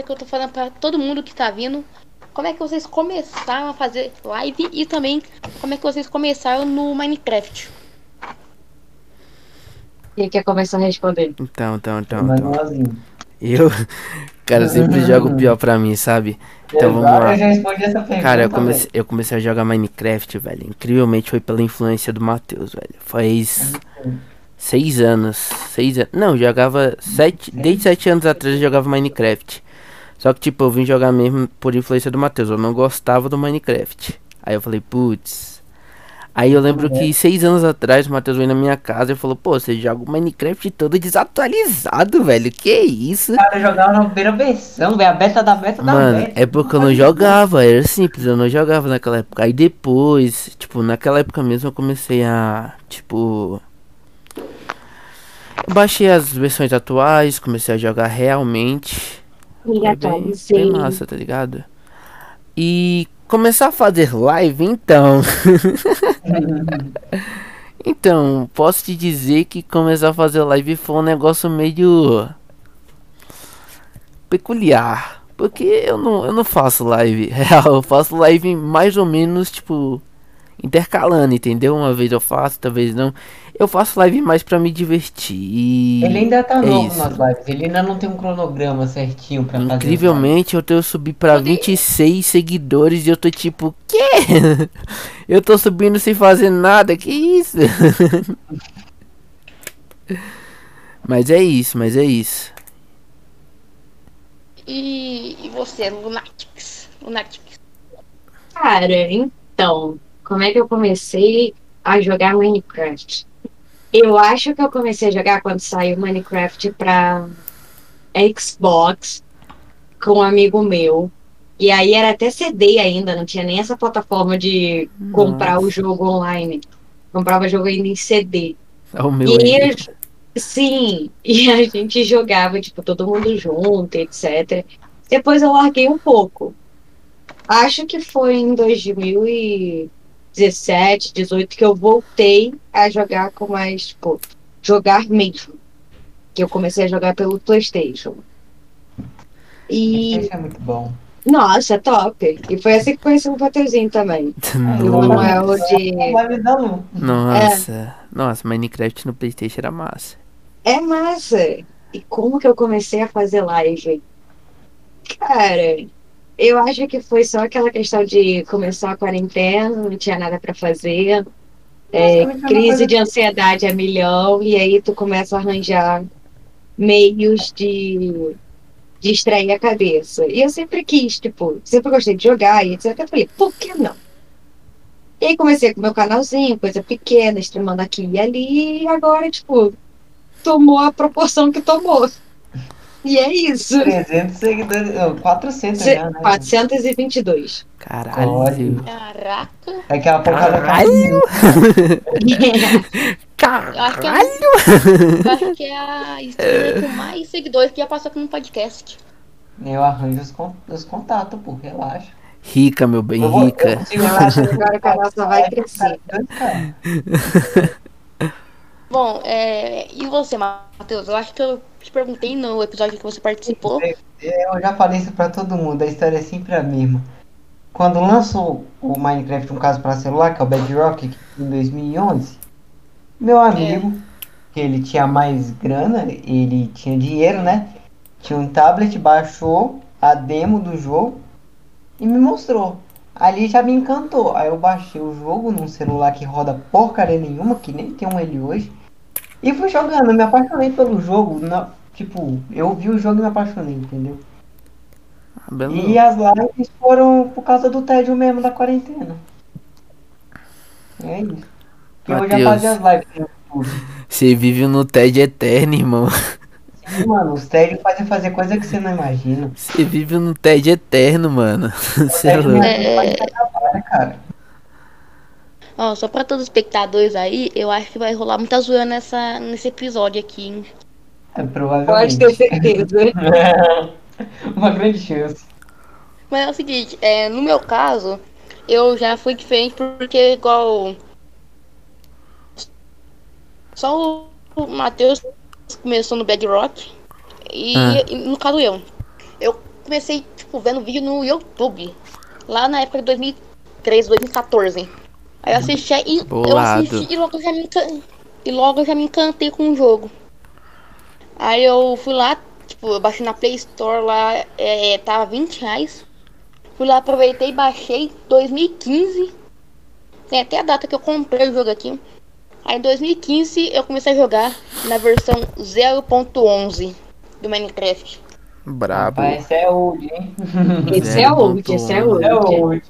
É que eu tô falando pra todo mundo que tá vindo. Como é que vocês começaram a fazer live e também como é que vocês começaram no Minecraft? Quem quer começar a responder? Então, então, então. Mas é. assim, então. nozinho. Eu, cara, eu sempre jogo o pior pra mim, sabe? Então vamos lá. Eu já respondi essa pergunta. Cara, eu comecei, eu comecei a jogar Minecraft, velho. Incrivelmente foi pela influência do Matheus, velho. Faz seis anos. Seis anos. Não, eu jogava sete. Desde sete anos atrás eu jogava Minecraft. Só que, tipo, eu vim jogar mesmo por influência do Matheus. Eu não gostava do Minecraft. Aí eu falei, putz. Aí eu lembro que seis anos atrás o Matheus veio na minha casa e falou, pô, você joga o Minecraft todo desatualizado, velho. Que isso? Cara, eu jogava na primeira versão, velho. A beta da beta da Mano, beta. é porque eu não jogava, era simples, eu não jogava naquela época. Aí depois, tipo, naquela época mesmo eu comecei a, tipo. eu baixei as versões atuais, comecei a jogar realmente. Foi bem, bem massa, tá ligado? E começar a fazer live então. então, posso te dizer que começar a fazer live foi um negócio meio peculiar. Porque eu não, eu não faço live real, eu faço live mais ou menos tipo intercalando, entendeu? Uma vez eu faço, outra vez não. Eu faço live mais pra me divertir. e Ele ainda é tá novo isso. nas lives. Ele ainda não tem um cronograma certinho pra fazer. Incrivelmente eu tenho subi pra 26 seguidores e eu tô tipo, que? Eu tô subindo sem fazer nada, que isso? mas é isso, mas é isso. E, e você, Lunatics? Lunatics. Cara, então, como é que eu comecei a jogar Minecraft? Eu acho que eu comecei a jogar quando saiu Minecraft pra Xbox com um amigo meu. E aí era até CD ainda, não tinha nem essa plataforma de comprar o jogo online. Comprava jogo ainda em CD. É o meu. E aí. eu- sim, e a gente jogava, tipo, todo mundo junto, etc. Depois eu larguei um pouco. Acho que foi em 2017, 18 que eu voltei a jogar com mais, tipo, jogar mesmo. Que eu comecei a jogar pelo PlayStation. E, Isso é muito bom. nossa, top. E foi assim que conheci o Mateuzinho também. é O No- Manuel de. Live da Lu. Nossa, nossa, Minecraft no Playstation era massa. É massa! E como que eu comecei a fazer live? Cara, eu acho que foi só aquela questão de começar a quarentena, não tinha nada pra fazer, é, Basicamente, é uma crise coisa- de ansiedade a milhão, e aí tu começa a arranjar meios de distrair a cabeça. E eu sempre quis, tipo, sempre gostei de jogar e etc. Eu falei, por que não? E aí comecei com meu canalzinho, coisa pequena, streamando aqui e ali, e agora, tipo, tomou a proporção que tomou. E é isso. 300 seguidores. oh, 400 Se- já, né? 422. Caralho. Caraca. Daqui a pouco ela tá Caralho. Eu acho que é, Caralho. a- eu acho que é a streamer com mais seguidores que já passou aqui no podcast. né, Eu arranjo os, con- os contatos, pô, relaxa. Rica, meu bem, Eu vou- rica. eu consigo Eu acho que relaxar. agora o canal só vai crescer. Cara, Bom, é, e você, Matheus? Eu acho que eu te perguntei no episódio que você participou. Eu já falei isso pra todo mundo, a história é sempre a mesma. Quando lançou o Minecraft, um caso pra celular, que é o Bedrock, em 2011, meu amigo, que ele tinha mais grana, ele tinha dinheiro, né? Tinha um tablet, baixou a demo do jogo e me mostrou. Ali já me encantou. Aí eu baixei o jogo num celular que roda porcaria nenhuma, que nem tem um ele hoje. E fui jogando, eu me apaixonei pelo jogo. na- tipo, eu vi o jogo e me apaixonei, entendeu? Ah, belo. E as lives foram por causa do tédio mesmo da quarentena. É isso. Porque eu já Mateus. fazia as lives no YouTube. Você vive no TED eterno, irmão. E, Mano, os tédios fazem fazer coisa que você não imagina. Você vive num TED eterno, mano. Você é tédio louco. mesmo pode te acabar, né, cara? Ó, só pra todos os espectadores aí, eu acho que vai rolar muita zoeira nessa, nesse episódio aqui, hein? É, Pode ter provavelmente. certeza. Uma grande chance. Mas é o seguinte, é, no meu caso, eu já fui diferente porque igual. Só o Matheus começou no Bedrock e, Ah. e, no caso eu. Eu comecei, tipo, vendo vídeo no YouTube. Lá na época de 2013, 2014. Aí eu assisti e eu Bolado. assisti e logo eu já me encan- e logo eu já me encantei com o jogo. Aí eu fui lá, tipo, eu baixei na Play Store lá, é, tava 20 reais. Fui lá, aproveitei, baixei 2015. Tem até a data que eu comprei o jogo aqui. Aí em 2015 eu comecei a jogar na versão 0.11 do Minecraft. Brabo. Rapaz, esse é old, hein? Esse é old, esse é old. É old.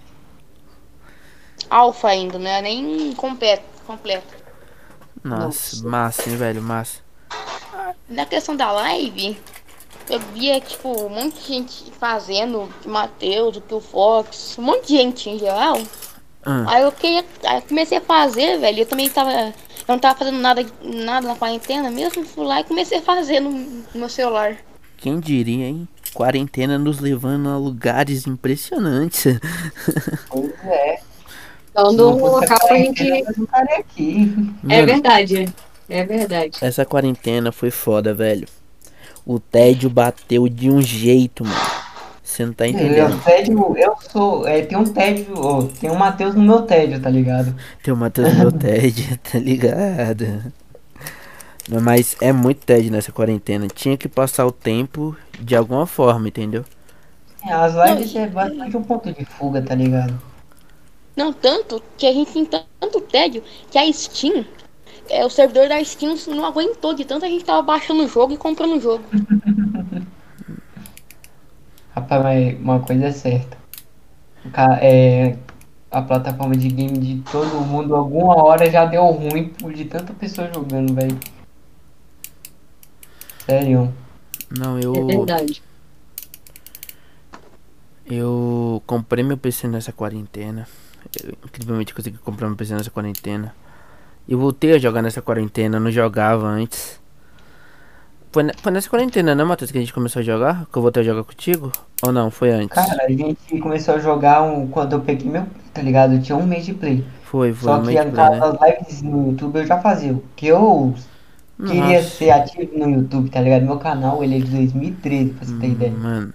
Alpha ainda, não é nem completo. completo. Nossa, massa, hein, velho, massa. Na questão da live, eu via, tipo, um monte de gente fazendo, o Matheus, o que o Fox, um monte de gente em geral. Hum. Aí eu queria. Aí eu comecei a fazer, velho. Eu também tava. Eu não tava fazendo nada, nada na quarentena mesmo, fui lá e comecei a fazer no, no meu celular. Quem diria, hein? Quarentena nos levando a lugares impressionantes. É Pois é. Dando um local pra né? gente. Eu não estaria aqui. É Mano, verdade, é verdade. essa quarentena foi foda, velho. O tédio bateu de um jeito, mano. Você não tá É entendendo. Eu, tédio, eu sou. É, tem um tédio, ó, tem um Matheus no meu tédio, tá ligado? Tem o Matheus meu tédio, tá ligado? Não, Mas é muito tédio nessa quarentena. Tinha que passar o tempo de alguma forma, entendeu? É, As lives é bastante um ponto de fuga, tá ligado? Não tanto que a gente tem tan- tanto tédio que a Steam, é, o servidor da Steam não aguentou de tanto a gente tava baixando o jogo e comprando o jogo. Rapaz, mas uma coisa é certa. O ca- É, a plataforma de game de todo mundo, alguma hora já deu ruim por de tanta pessoa jogando, velho. Sério. Não, É eu. verdade. Eu comprei meu PC nessa quarentena. Eu, incrivelmente consegui comprar meu PC nessa quarentena. E voltei a jogar nessa quarentena, eu não jogava antes. Foi, ne- foi nessa quarentena, né, Matheus, que a gente começou a jogar? Que eu voltei a jogar contigo? Ou não? Foi antes? Cara, a gente começou a jogar um, quando eu peguei meu, tá ligado? Eu tinha um mês de play. foi, foi. Só no que Magic as, Play, né? as lives no YouTube eu já fazia. Porque eu queria Nossa, ser ativo no YouTube, tá ligado? Meu canal ele é de 2013, pra você Hum. ter ideia. Mano,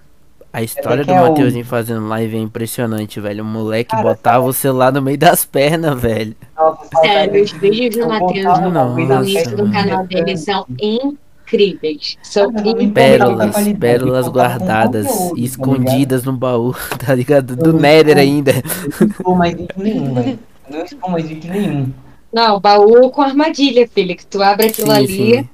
a história daqui do é um- Matheusinho fazendo live é impressionante, velho. O moleque Cara, botava o celular no meio das pernas, velho. Nossa, Sério, É, os saudade de- vídeos do eu Matheus voltava Não, pra no cuidar início da do festa. canal dele são incríveis. Ah, São incríveis. Muita Pérolas, qualidade, pérolas faltava guardadas, conteúdo, tá escondidas no baú, tá ligado? Do Uhum. Nether ainda. Eu não expor mais vídeo nenhum, velho. Eu Não expor mais vídeo nenhum. Não, baú com armadilha, filho, que tu abre aquilo Sim, ali, sim.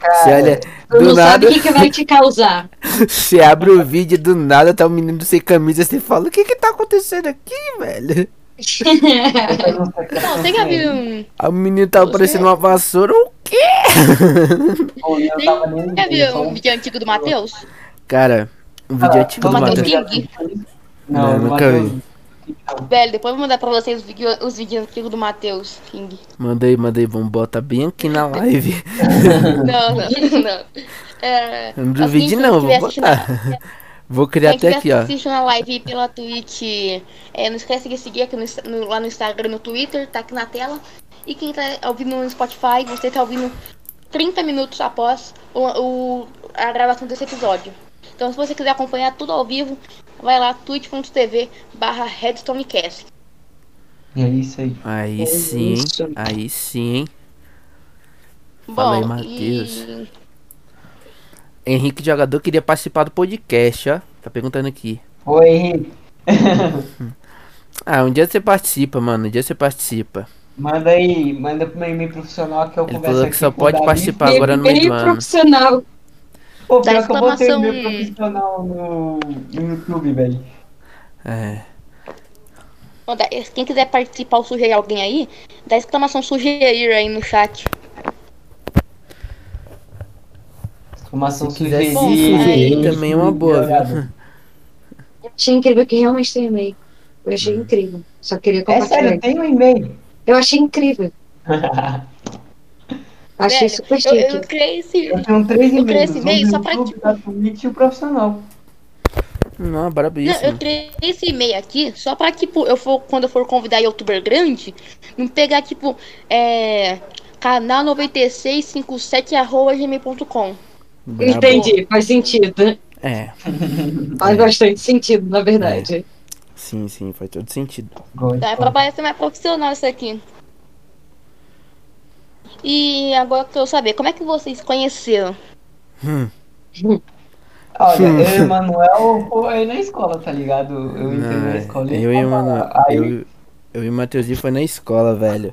Você olha, tu do não sabe nada, o que, que vai te causar. você abre o vídeo do nada, tá o menino sem camisa, você fala, o que que tá acontecendo aqui, velho? Eu faço um sacrifício Não, você já viu um. Aí O menino tá Você- parecendo uma vassoura, o quê? com ele, eu tava nem- Já eu viu só- um vídeo antigo do Matheus? Cara, um vídeo antigo Todo do Matheus mundo Matheus. já Ping. viu isso? Não, Não, nunca Matheus- então, vi. Velho, depois eu vou mandar pra vocês os vídeos, os vídeos antigos do Matheus King. Mandei, mandei, vamos botar bem aqui na live. Não, não, não. É, Não assim, duvide quem não, vou estiver assistindo a- botar. Vou criar Quem até aqui, estiver ó. assistindo a live pela Twitch, é, não esquece de seguir aqui no Insta- no- lá no Instagram, no Twitter, tá aqui na tela. E quem tá ouvindo no Spotify, você tá ouvindo 30 minutos após o, o- a gravação desse episódio. Então se você quiser acompanhar tudo ao vivo, vai lá twitch.tv barra redstonecast. E é isso aí. Aí É sim, isso. aí sim. Fala aí, Bom, Matheus. e... Henrique Jogador queria participar do podcast, ó. Tá perguntando aqui. Oi, Henrique. Ah, um dia você participa, mano. Um dia você participa. Manda aí, manda pro meu e-mail profissional que eu Ele converso falou que aqui só com o pode Davi. participar. Tá agora no meio Bem do ano. profissional. Pô, Da pior que eu botei o exclamação- meu profissional no, no YouTube, velho. É. Ó, dá- eh, Quem quiser participar ou sugerir alguém aí, dá exclamação sugerir aí no chat. Exclamação Se quiser sugerir. sugerir também é uma boa, viu? jogada. Eu achei incrível que realmente tem e-mail. Eu Hum. achei incrível. Só queria É compartilhar. sério, tem um e-mail. eu achei incrível. Achei Velho, super eu, chique. eu criei esse. Eu tenho três Eu criei e-mails. esse um e-mail do só pra, YouTube, tipo- da Twitch e o profissional. Não, é Não, eu brabíssimo. criei esse e-mail aqui só pra, tipo, eu for, quando eu for convidar youtuber grande, não pegar, tipo, é, canal9657.gmail.com. Brabo. Entendi, faz sentido. É, Faz bastante sentido, na verdade. sim, sim, faz todo sentido. Gosto. Dá Tá? É pra parecer mais profissional isso aqui. E agora eu quero saber, como é que vocês se conheceram? Olha, eu e o Emanuel foi na escola, tá ligado? Eu entrei na Ah, escola. eu e o Mano, Aí o eu, eu e o Matheusinho foi na escola, velho.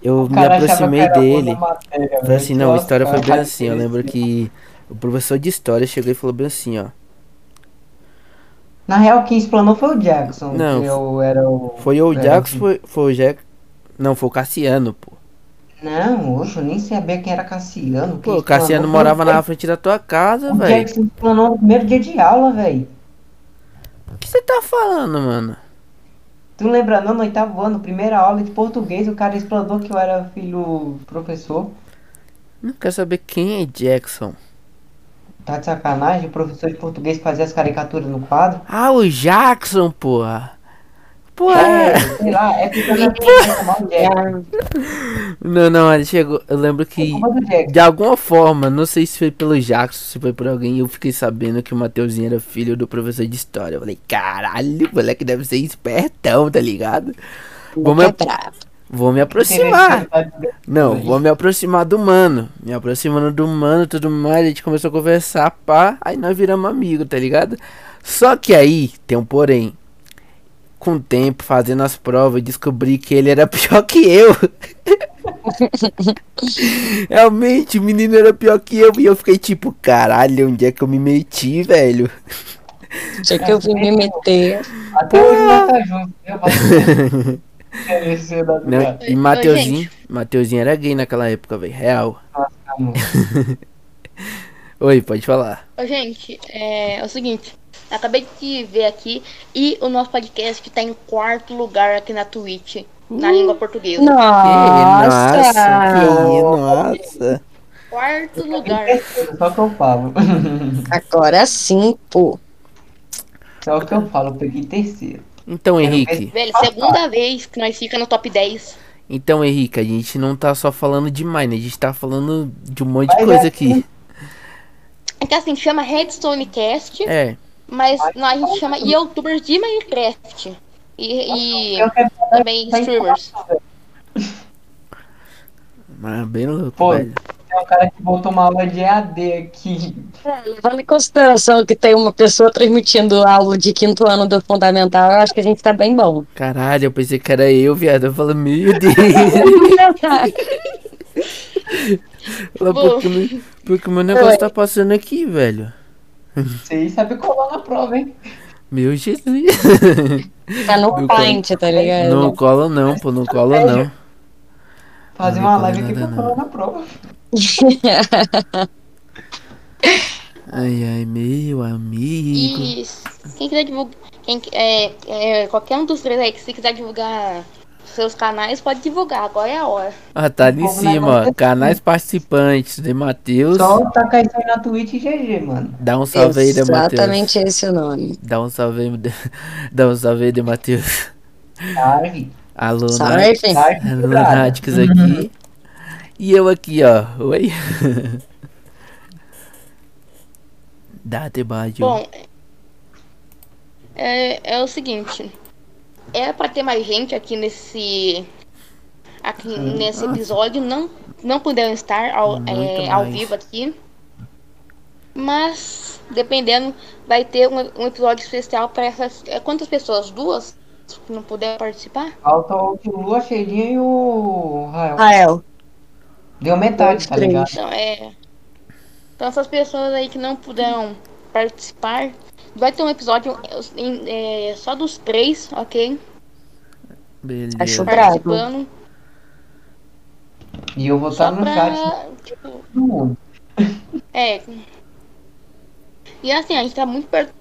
Eu me cara achava que aproximei era bom na dele. matéria, Falei velho. assim, não, a Nossa, história foi cara, bem assim. Eu lembro triste. que o professor de história chegou e falou bem assim, ó. Na real, quem explanou foi o Jackson. Não, que eu era o. Foi o era Jackson, o- foi, foi o Jack. Não, foi o Cassiano, pô. Não, hoje eu nem sabia quem era Cassiano. Pô, o Cassiano morava na frente da tua casa, O velho. Jackson explanou no primeiro dia de aula, velho. O que você tá falando, mano? Tu lembra, não, no oitavo ano, primeira aula de português, o cara explanou que eu era filho professor. Não quero saber quem é Jackson. Tá de sacanagem, o professor de português fazia as caricaturas no quadro. Ah, o Jackson, porra. Porra. É, sei lá, é porque eu não tinha chamado o Jackson. Não, não, ele chegou. Eu lembro que. Como do Jackson? De alguma forma, não sei se foi pelo Jackson, se foi por alguém, eu fiquei sabendo que o Mateuzinho era filho do professor de história. Eu falei, caralho, o moleque deve ser espertão, tá ligado? Vou me, É brabo. vou me aproximar. Não, vou me aproximar do mano. Me aproximando do mano e tudo mais, a gente começou a conversar, pá, aí nós viramos amigos, tá ligado? Só que aí, tem um porém. Com o tempo, fazendo as provas, eu descobri que ele era pior que eu. Realmente, o menino era pior que eu. E eu fiquei tipo, caralho, onde é que eu me meti, velho? Só que eu vim me meter. Até hoje nós tá junto, viu? Batman? É isso, eu dou- Não, Oi, Né? e oi, Mateuzinho, gente. Mateuzinho era gay naquela época, velho. Real. amor. Oi, pode falar. Ô, Gente, é, é o seguinte, acabei de ver aqui e o nosso podcast tá em quarto lugar aqui na Twitch, na língua portuguesa. Ih, Nossa! nossa, que, nossa. Quarto lugar. Só o que eu falo. Agora sim, pô. Só o que eu falo, eu peguei terceiro. Então, Henrique. Velho, segunda vez que nós fica no top 10. é- Então, Henrique, a gente não tá só falando de Mine, a gente tá falando de um monte de Mas coisa é aqui. É que assim, chama Redstone Cast, É, mas não, a gente chama youtubers de Minecraft. E, e Eu quero falar também tá em streamers. mas é bem louco, Pô, velho. tem um cara que botou uma aula de EAD aqui. Levando em consideração que tem uma pessoa transmitindo aula de quinto ano do fundamental, eu acho que a gente tá bem bom. Caralho, eu pensei que era eu, viado. Eu falo, meu Deus. Fala, Bom. porque, meu- porque meu negócio tá passando aqui, velho. Vocês sabem colar na prova, hein? Meu Jesus. Tá no Eu paint, tá É, ligado? Não cola não, pô, não cola não. Fazer Não, uma não live tem aqui pra nada, colar na prova. Ai, ai, meu amigo. E quem quiser divulgar. Quem, qui- é, é, qualquer um dos três aí que se quiser divulgar seus canais, pode divulgar. Agora é a hora. Ah, tá ali em O povo vai cima, ó. acontecer. Canais participantes de Matheus. Só tacar isso aí na Twitch e GG, mano. Dá um salve aí, de Matheus. Exatamente esse o nome. Dá um salve aí, de... Dá um salve aí, de Matheus. Sarve. Alô, né? Sorry, É Sarve. Alô, quebrada. Náticos aqui. E eu aqui, ó. Oi. Dá debate. Bom, é, é o seguinte. Era pra ter mais gente aqui nesse. Aqui nesse episódio. Não, não puderam estar ao, Uhum. Muito é, ao mais. vivo aqui. Mas, dependendo, vai ter um, um episódio especial pra essas. é, Quantas pessoas? Duas? Que não puderam participar? Falta o Tilu, a Cheirinha e o Rael. Rael. Deu metade, tá Dois, ligado? Então, é. Então, essas pessoas aí que não puderam participar, vai ter um episódio é, em- é, só dos três, ok? Beleza. Acho- Bravo. Participando. E eu vou Só estar no chat de pra. Tipo, todo mundo. é. E assim, a gente tá muito perto.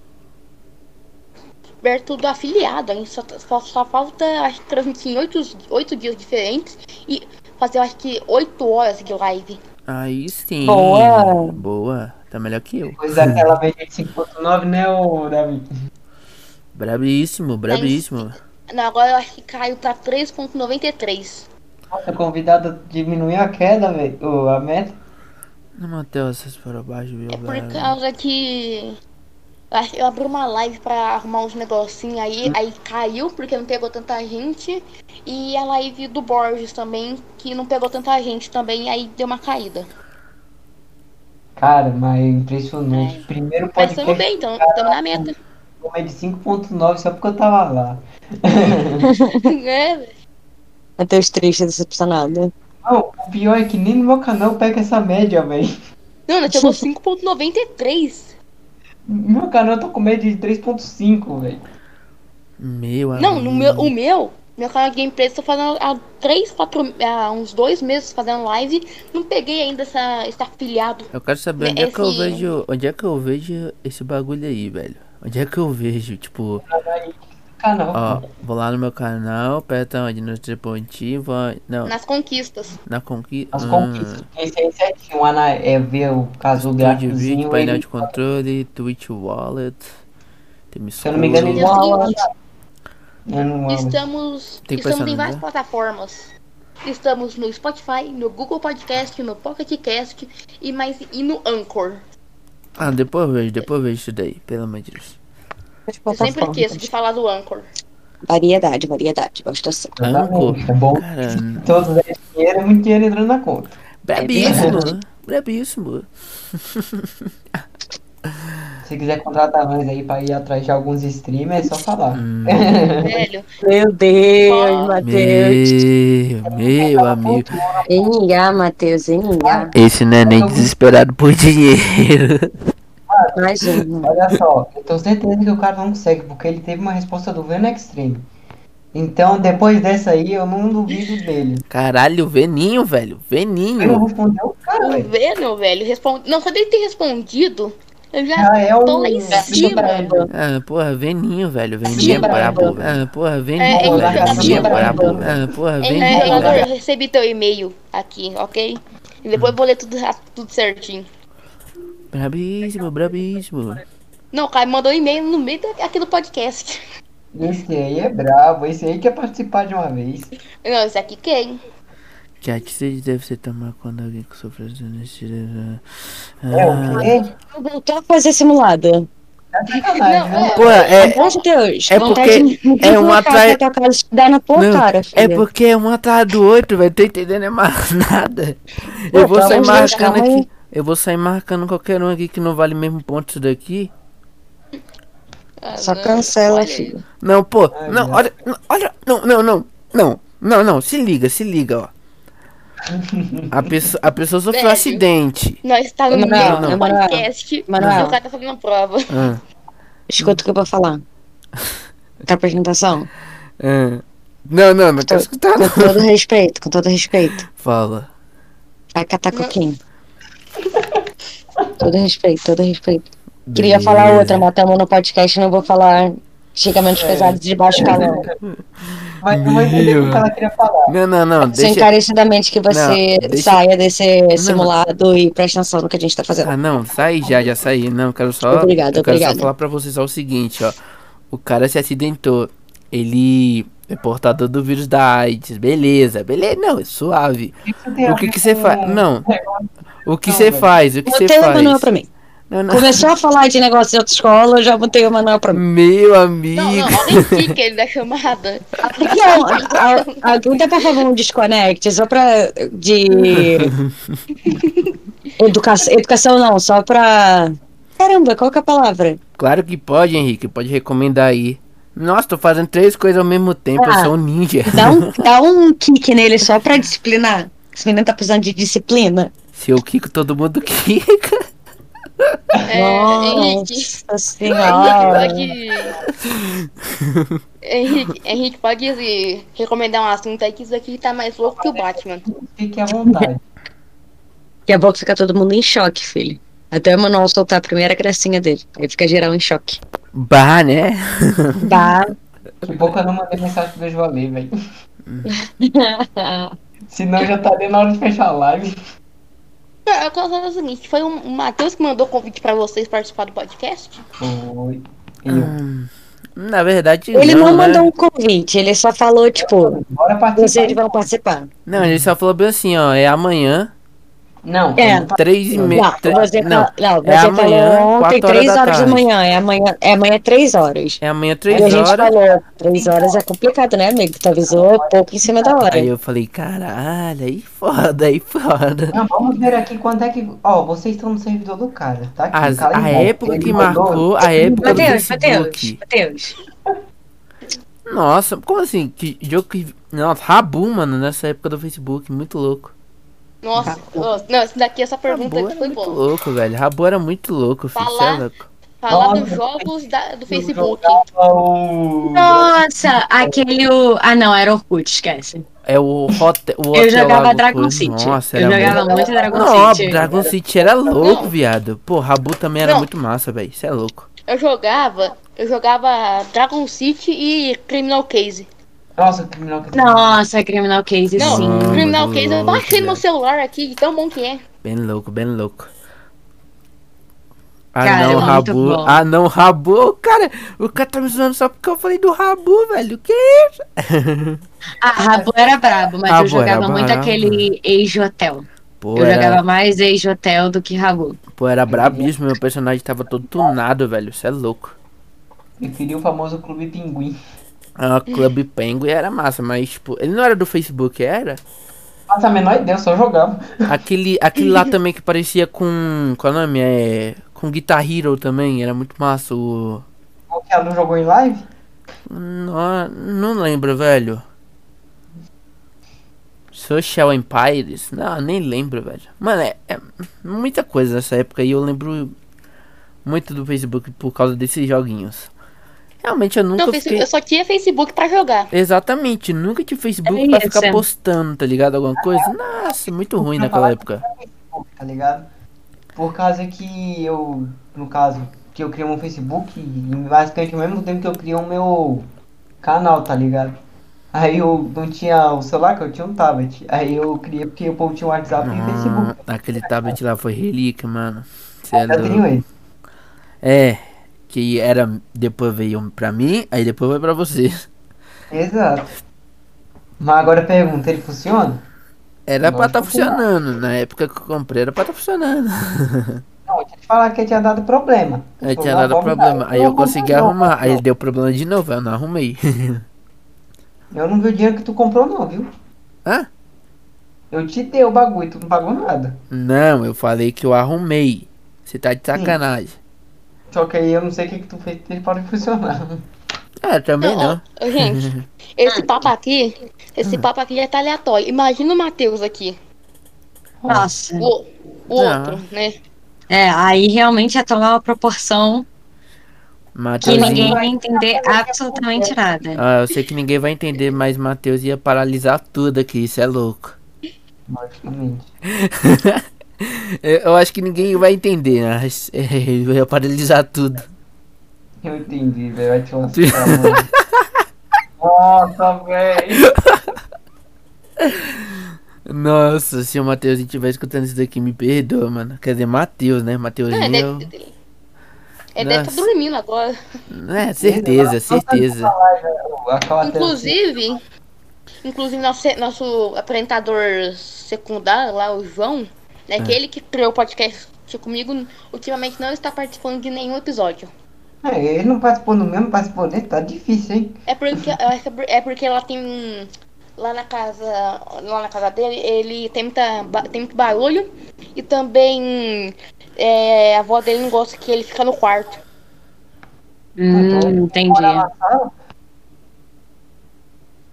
Perto do afiliado, a gente só, só, só falta, acho que transmitir em oito, oito dias diferentes e fazer, acho que, oito horas de live. Aí sim. Boa. Boa. Tá melhor que eu. Depois daquela V5.9, né, ô Davi? É Brabíssimo, brabíssimo. Não, agora eu acho que caiu pra 3,93. Nossa, o convidado diminuiu a queda, velho. ô, A meta. Não, Matheus, vocês para baixo, viu, É por velho? causa que acho- Eu abri uma live pra arrumar uns negocinhos aí, aí caiu porque não pegou tanta gente. E a live do Borges também, que não pegou tanta gente também, aí deu uma caída. Cara, mas é impressionante. Primeiro Mas tamo podcast bem, então, tamo na meta. é de 5.9 só porque eu tava lá. É, velho. Matheus triste, decepcionado. Não, o pior é que nem no meu canal pega essa média, velho. não, nós chegou 5.93. No meu canal eu tô com média de 3.5, velho. Meu Não, no meu, amigo. o meu, meu canal de gameplay, tô fazendo há 3, 4, há uns dois meses fazendo live. Não peguei ainda essa, esse afiliado. Eu quero saber onde é que eu Esse- vejo. Onde é que eu vejo esse bagulho aí, velho? Onde é que eu vejo? Tipo, Canal. ó, vou lá no meu canal, aperta onde? No tripontinho, vou. Não, Nas conquistas. na hum, conquista. As conquistas. Esse aí certinho, Ana, é ver o caso do Estúdio vídeo, gráficozinho. painel ele- de tá, controle, Twitch Wallet. Tem Se eu não me engano, ele é Dia não aula. seguinte, Eu não abro. Estamos, Tem que estamos em personalizar? várias plataformas. Estamos no Spotify, no Google Podcast, no Pocket Cast e, mais, e no Anchor. Ah, depois eu vejo, depois eu vejo isso daí, pelo amor de Deus. Eu sempre esqueço de falar do Anchor. Variedade, variedade. Gosto assim. Exatamente, É bom. Cara, Todo é dinheiro, é muito dinheiro entrando na conta. brabíssimo, brabíssimo. Se quiser contratar nós aí pra ir atrás de alguns streamers, é só falar. Velho, Meu Deus, É Matheus. Meu, meu amigo. Enga, Matheus, enga. Esse não é nem desesperado por dinheiro. Imagina. Olha só, eu tenho certeza que o cara não consegue, porque ele teve uma resposta do Venom Extreme. Então, depois dessa aí, eu não duvido dele. Caralho, veninho, velho. Eu não Veninho. vou responder o cara, o velho. Venom, velho, responde. Não, só dele ter respondido, eu já Já é tô um. lá em cima. Ah, porra, veninho, velho. Veninho é Lembra, brabo. lembra? Ah, porra, É, veninho, é velho. Veninho é lembra, brabo. lembra? Ah, porra, Ei, veninho, Salvador, velho. É, eu recebi teu e-mail aqui, ok? E depois eu vou ler tudo, ra- tudo certinho. Brabíssimo, brabíssimo. Não, o Caio mandou um e-mail no meio da- aqui do podcast. Esse aí é brabo, esse aí quer participar de uma vez. Não, esse aqui quem? Já que você deve se tomar quando alguém que sofre desse. É o Ah. quê? Vou voltar a fazer simulado. Tá de sacanagem, Não, né? é. Pô, é. Pelo amor de Deus. É vontade porque de- é uma de colocar trai- a tua cara e estudar na tua Não, cara, É filha. porque é um atrás do outro, velho. Tô entendendo é mais nada. Pô, Eu vou pelo amor de sair Deus, marcando calma aí. aqui. Eu vou sair marcando qualquer um aqui que não vale mesmo ponto isso daqui. Ah, Só não, cancela, olha filho. Não, pô. Ai, Não, meu. olha. não, Olha. Não, não, não. Não, não, não. Se liga, se liga, ó. A pessoa, a pessoa sofreu um Velho. acidente. Nós tá no Não, meio não, do podcast Manuel. e o cara tá fazendo a prova. Ah, Escuta o que eu vou falar. Da apresentação. ah. Não, não, não quero escutar, Com não. todo respeito, com todo respeito. Fala. Vai catar coquinho. Todo respeito, todo respeito. Queria falar outra, matamos no podcast, não vou falar xingamentos É. pesados de baixo calão. Mas não vai entender o Meu. que ela queria falar. Não, não, não. Só Deixa. encarecidamente que você Não, deixa- saia desse simulado e preste atenção no que a gente tá fazendo. Ah, não, sai já, já saí. Não, quero só. Obrigada, eu quero obrigada. só falar pra vocês só o seguinte, ó. O cara se acidentou. Ele é portador do vírus da AIDS. Beleza, beleza. Não, é suave. Isso tem a O que ver que você com- faz? Não. O que É, Não, você velho. faz? O que você Botei o um manual é pra faz? mim. Não, não. Começou a falar de negócio de autoescola, eu já botei o manual pra mim. Meu Não, não, amigo. olha o sticker da chamada. Não, é um- a- a- alguém dá pra fazer um desconect só pra. de. educação, educação não, só pra. Caramba, qual que é a palavra? Claro que pode, Henrique. Pode recomendar aí. Nossa, tô fazendo três coisas ao mesmo tempo. Eu Ah. sou um ninja. Dá um, dá um kick nele só pra disciplinar. Esse menino tá precisando de disciplina. Se eu quico, todo mundo quica. É, Henrique. Nossa senhora. Henrique, pode. Henrique, Henrique, pode eh, recomendar um assunto aí que isso aqui tá mais louco que o Batman. Fique à vontade. Daqui a pouco fica todo mundo em choque, filho. Até o Manuel soltar a primeira gracinha dele. Aí fica geral em choque. Bah, né? Bah. Que pouco eu não mandei mensagem pro Beijo Valei, velho. Senão já tá dando hora de fechar a live. Eu quero saber o seguinte, foi um- o Matheus que mandou convite pra vocês participar do podcast? Foi. Ah. Eu. Na verdade, Ele não né? mandou um convite, ele só falou, tipo, Bora participar. vocês vão participar. Não, ele só falou bem assim, ó, é amanhã. Não, É. eu não Três e Não, meia. Não, tre- você, não, fa- não, você é amanhã, falou ontem, quatro horas 3 da horas da tarde. manhã. É amanhã, é amanhã 3 horas. é amanhã E três a gente horas. falou, 3 horas é complicado, né, amigo? Tu avisou pouco em cima da hora. Aí eu falei, caralho, aí foda, aí foda. Não, vamos ver aqui quanto é que. Ó, vocês estão no servidor do cara, tá? Aqui, As- o cara a é bom. época Ele que mandou- marcou, a época do Matheus, Matheus, Facebook. Matheus. Nossa, como assim? Que jogo que. Nossa, Rabu, mano, nessa época do Facebook, muito louco. Nossa, nossa, não, esse daqui, essa pergunta Rabu aqui era foi né? muito boa. louco, velho. Rabu era muito louco, filho. cê Falar- é louco. Falar dos Nossa, jogos da- do eu Facebook. jogava o- Nossa, aquele. o- Ah, não, era Orkut, esquece. É o Hotel. O Eu hotel jogava Lago Dragon Coisa. City. Nossa, eu era jogava muito. muito Dragon Não, City. Dragon City era louco, Não. viado. Pô, Rabu também era Não. muito massa, velho. Você é louco. Eu jogava, eu jogava Dragon City e Criminal Case. Nossa, o criminal que Nossa, Criminal Case, Não, sim. Mano, Criminal Case eu louco, baixei no meu velho. celular aqui, de tão bom que é. Bem louco, bem louco. Ah Cara, é não, muito Rabu. bom. Ah não, Rabu. O cara, o cara tá me zoando só porque eu falei do Rabu, velho. O que é isso? Ah, Rabu era brabo, mas eu Rabu era jogava muito brabo. aquele Age Hotel. Pô, Eu era, jogava mais Age Hotel do que Rabu. pô, era brabíssimo. Meu personagem tava todo tunado, velho. Você é louco. preferiu o famoso Clube Pinguim. Ah, Club Penguin era massa, mas, tipo, ele não era do Facebook, era? Nossa, a menor ideia, eu só jogava. Aquele, aquele lá também que parecia com. Qual é o nome? É. Com Guitar Hero também. Era muito massa. O. Qual que a Lu jogou em live? Não, não lembro, velho. Social Empires? Não, nem lembro, velho. Mano, é, é muita coisa nessa época e eu lembro muito do Facebook por causa desses joguinhos. Realmente eu Não, nunca fiquei. Facebook- eu só tinha Facebook pra jogar. Exatamente, nunca tive Facebook É pra isso. ficar postando, tá ligado? Alguma coisa. Nossa, muito ruim naquela época. Facebook, tá ligado? Por causa que eu, no caso, que eu criei um Facebook, e basicamente ao mesmo tempo que eu criei o meu canal, tá ligado? Aí eu não tinha o celular, que eu tinha um tablet. Aí eu criei porque o povo tinha um WhatsApp e Ah, Facebook. Tá aquele tablet lá foi relíquia, mano. Cê é Eu tenho louco. ele. É, que era. Depois veio pra mim, aí depois veio pra você. Exato. Mas agora pergunta, ele funciona? Era pra Lógico tá que não. funcionando. Na época que eu comprei era pra tá funcionando. Não, eu tinha te falar que tinha dado problema. Aí tinha Problema, dado vamos problema. dar. Aí eu Não, consegui não, arrumar. Aí não. deu problema de novo, eu não arrumei. Eu não vi o dinheiro que tu comprou não, viu? Hã? Eu te dei o bagulho, tu não pagou nada. Não, eu falei que eu arrumei. Você tá de sacanagem. Só que aí eu não sei o que, que tu fez pra ele parar de funcionar. Ah, também Não, não. ó, gente, esse papo aqui, esse papo aqui é tá aleatório. Imagina o Matheus aqui, Nossa. o, o Ah. outro, né? É, aí realmente ia tomar uma proporção que ninguém Mateuzinho. vai entender absolutamente nada. Ah, eu sei que ninguém vai entender, mas Matheus ia paralisar tudo aqui, isso é louco. Logicamente. Eu eu acho que ninguém vai entender, mas eu ia paralisar tudo. Eu entendi, velho. Vai te lascar, mano. Nossa, velho. Nossa, se o Matheus estiver escutando isso daqui, me perdoa, mano. Quer dizer, Matheus, né? Não, é ele Matheusinho. eu- deve, ele deve tá Nossa. dormindo agora. É, certeza, certeza. né? Acaba até- Inclusive, inclusive nosso, nosso apresentador secundário lá, o João, né, aquele que criou o podcast comigo, ultimamente não está participando de nenhum episódio. É, ele não participou no mesmo, participou desse, tá difícil, hein? É porque, é porque lá tem. um, Lá na casa. Lá na casa dele, ele tem, muita, ba- tem muito barulho. E também é, a avó dele não gosta que ele fica no quarto. Hum, entendi. Bora lá, fala.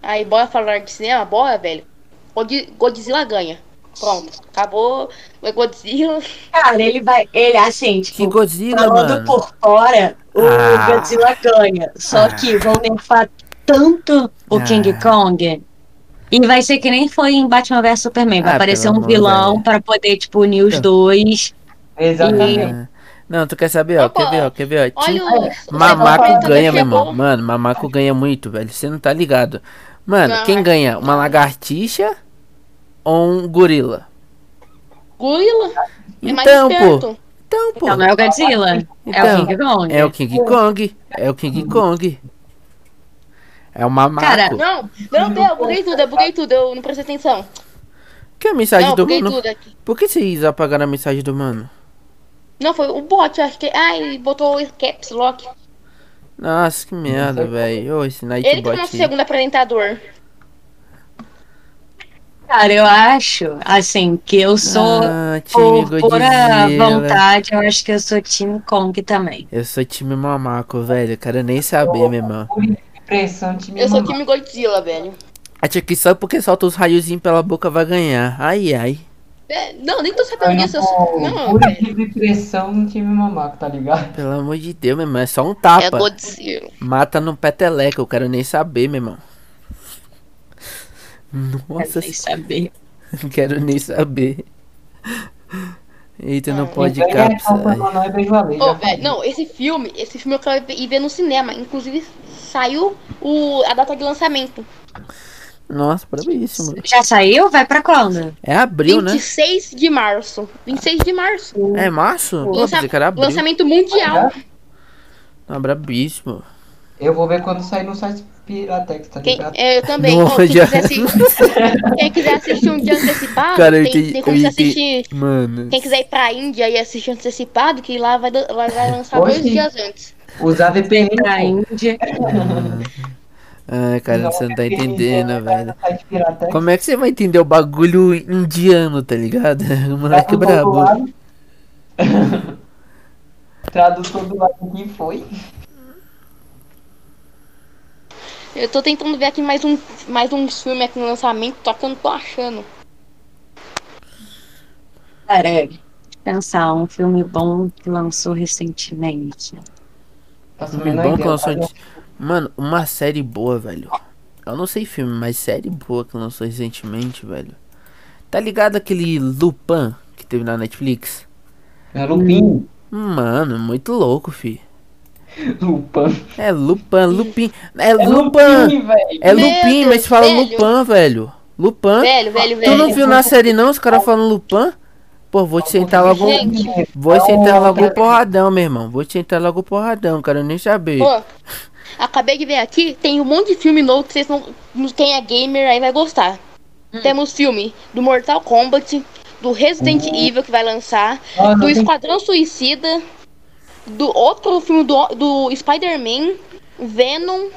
Aí bora falar de cinema, bora, velho. God- Godzilla ganha. Pronto. Acabou. É Godzilla. Cara, ele vai. Ele, assim, Que tipo, Godzilla, falando mano. por fora, o Ah. Godzilla ganha. Só que vão nerfar tanto o Ah. King Kong. E vai ser que nem foi em Batman vs Superman. Vai Ah, aparecer pelo um amor, vilão velho. pra poder, tipo, unir os Então. dois. Exatamente. Ah, Não, tu quer saber, ó, Opa, quer ver, ó, quer ver, ó. Tá Olha Tim- o. é olha Mamaco o ganha, meu mesmo irmão. Mano, Mamaco ganha muito, velho. Você não tá ligado. Mano, Não, quem é- ganha? Uma lagartixa ou um gorila? Gorila. É mais Então, pô. esperto. né? Então, pô. Então não é o Godzilla, é o Então, King Kong. É o King Kong. É o King Kong. É o Mamaco. Cara, Não, não, deu, eu buguei tudo, eu buguei tudo, eu não prestei atenção. Que é a mensagem não, do buguei mano? tudo aqui. Por que vocês apagaram a mensagem do mano? Não, foi o bot, acho que. Ah, ele botou o caps lock. Nossa, que merda, velho. Ô, esse Ele Night que é o nosso Bot. aí. segundo apresentador. Cara, eu acho, assim, que eu sou, Ah, por time pura Godzilla. vontade, eu acho que eu sou time Kong também. Eu sou time mamaco, velho. Quero nem saber, meu irmão. É. Impressão de mim. Eu sou time Godzilla, velho. Acho que só porque solta os raiozinhos pela boca vai ganhar. Ai, ai. É, não, nem tô Eu sabendo não disso. Eu sou... sou Não, pura velho. tipo impressão no time mamaco, tá ligado? Pelo amor de Deus, meu irmão. É só um É tapa. Godzilla. Mata no peteleco. Eu quero nem saber, meu irmão. Quero Nossa, nem saber. não quero nem saber. Eita, não Não, pode Então, é capsa. Calma, Manoel e Beijo Alheio, Ô, já velho, falei. não, esse filme, esse filme eu quero ver- ir ver no cinema. Inclusive, saiu o, a data de lançamento. Nossa, bravíssimo. Já saiu? Vai pra quando? É abril, né? 26 de março. 26 de março. É março? Pô, Lança- pensei que era abril. Lançamento mundial. Não, brabíssimo. Tá Eu vou ver quando sair no site Piratex, tá Quem, ligado? é, eu também. Não, Ó, quem, já- quiser assistir, quem quiser assistir um dia antecipado, Cara, eu tem, entendi- tem como eu você entendi. assistir. Mano. Quem quiser ir pra Índia e assistir antecipado, que lá vai, do- lá vai lançar Hoje? dois dias antes. Usar VPN. tá Pra pô. Índia. Ai, cara, Usar você não tá VPN, entendendo, vai velho. no site Piratex, Como é que você vai entender o bagulho indiano, tá ligado? O traz moleque é um do brabo. lado. Tradutor do lado aqui foi. Eu tô tentando ver aqui mais um mais uns filmes aqui no lançamento, só que eu não tô achando. Cara, pensar, um filme bom que lançou recentemente. Nossa, Filme menor bom que ideia, lançou. tá? de- Mano, uma série boa, velho. Eu não sei filme, mas série boa que lançou recentemente, velho. Tá ligado aquele Lupin que teve na Netflix? É Lupin. Mano, é muito louco, fi. Lupin. É Lupin, Lupin. É É Lupin! Lupin, velho. É Meu Lupin, Deus, mas fala velho. Lupin, velho. Lupin. Ah, Velho, velho, Tu não velho. viu na série não, os caras falando Lupin? Pô, vou te sentar logo. um Gente. Vou te sentar Não, logo o cara. porradão, meu irmão. Vou te sentar logo o porradão, cara. Eu nem saber. Pô, acabei de ver aqui, tem um monte de filme novo que vocês não. Quem é gamer aí vai gostar. Hum. Temos filme do Mortal Kombat, do Resident Evil que vai lançar, Hum. Ah, do não tem- Esquadrão Suicida, do outro filme do, do Spider-Man, Venom,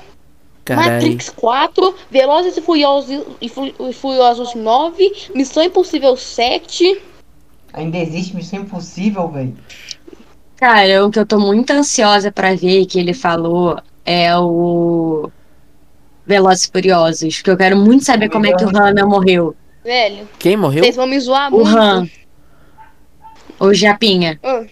Caralho. Matrix 4, Velozes e Furiosos, e Fu- e Furiosos 9, Missão Impossível 7. Ainda existe Missão Impossível, velho. Cara, o que eu tô muito ansiosa pra ver que ele falou é o Velozes e Furiosos, porque eu quero muito saber como é que o Hannah morreu. Velho, Quem morreu? vocês vão me zoar O muito. Han. O Japinha. Ah,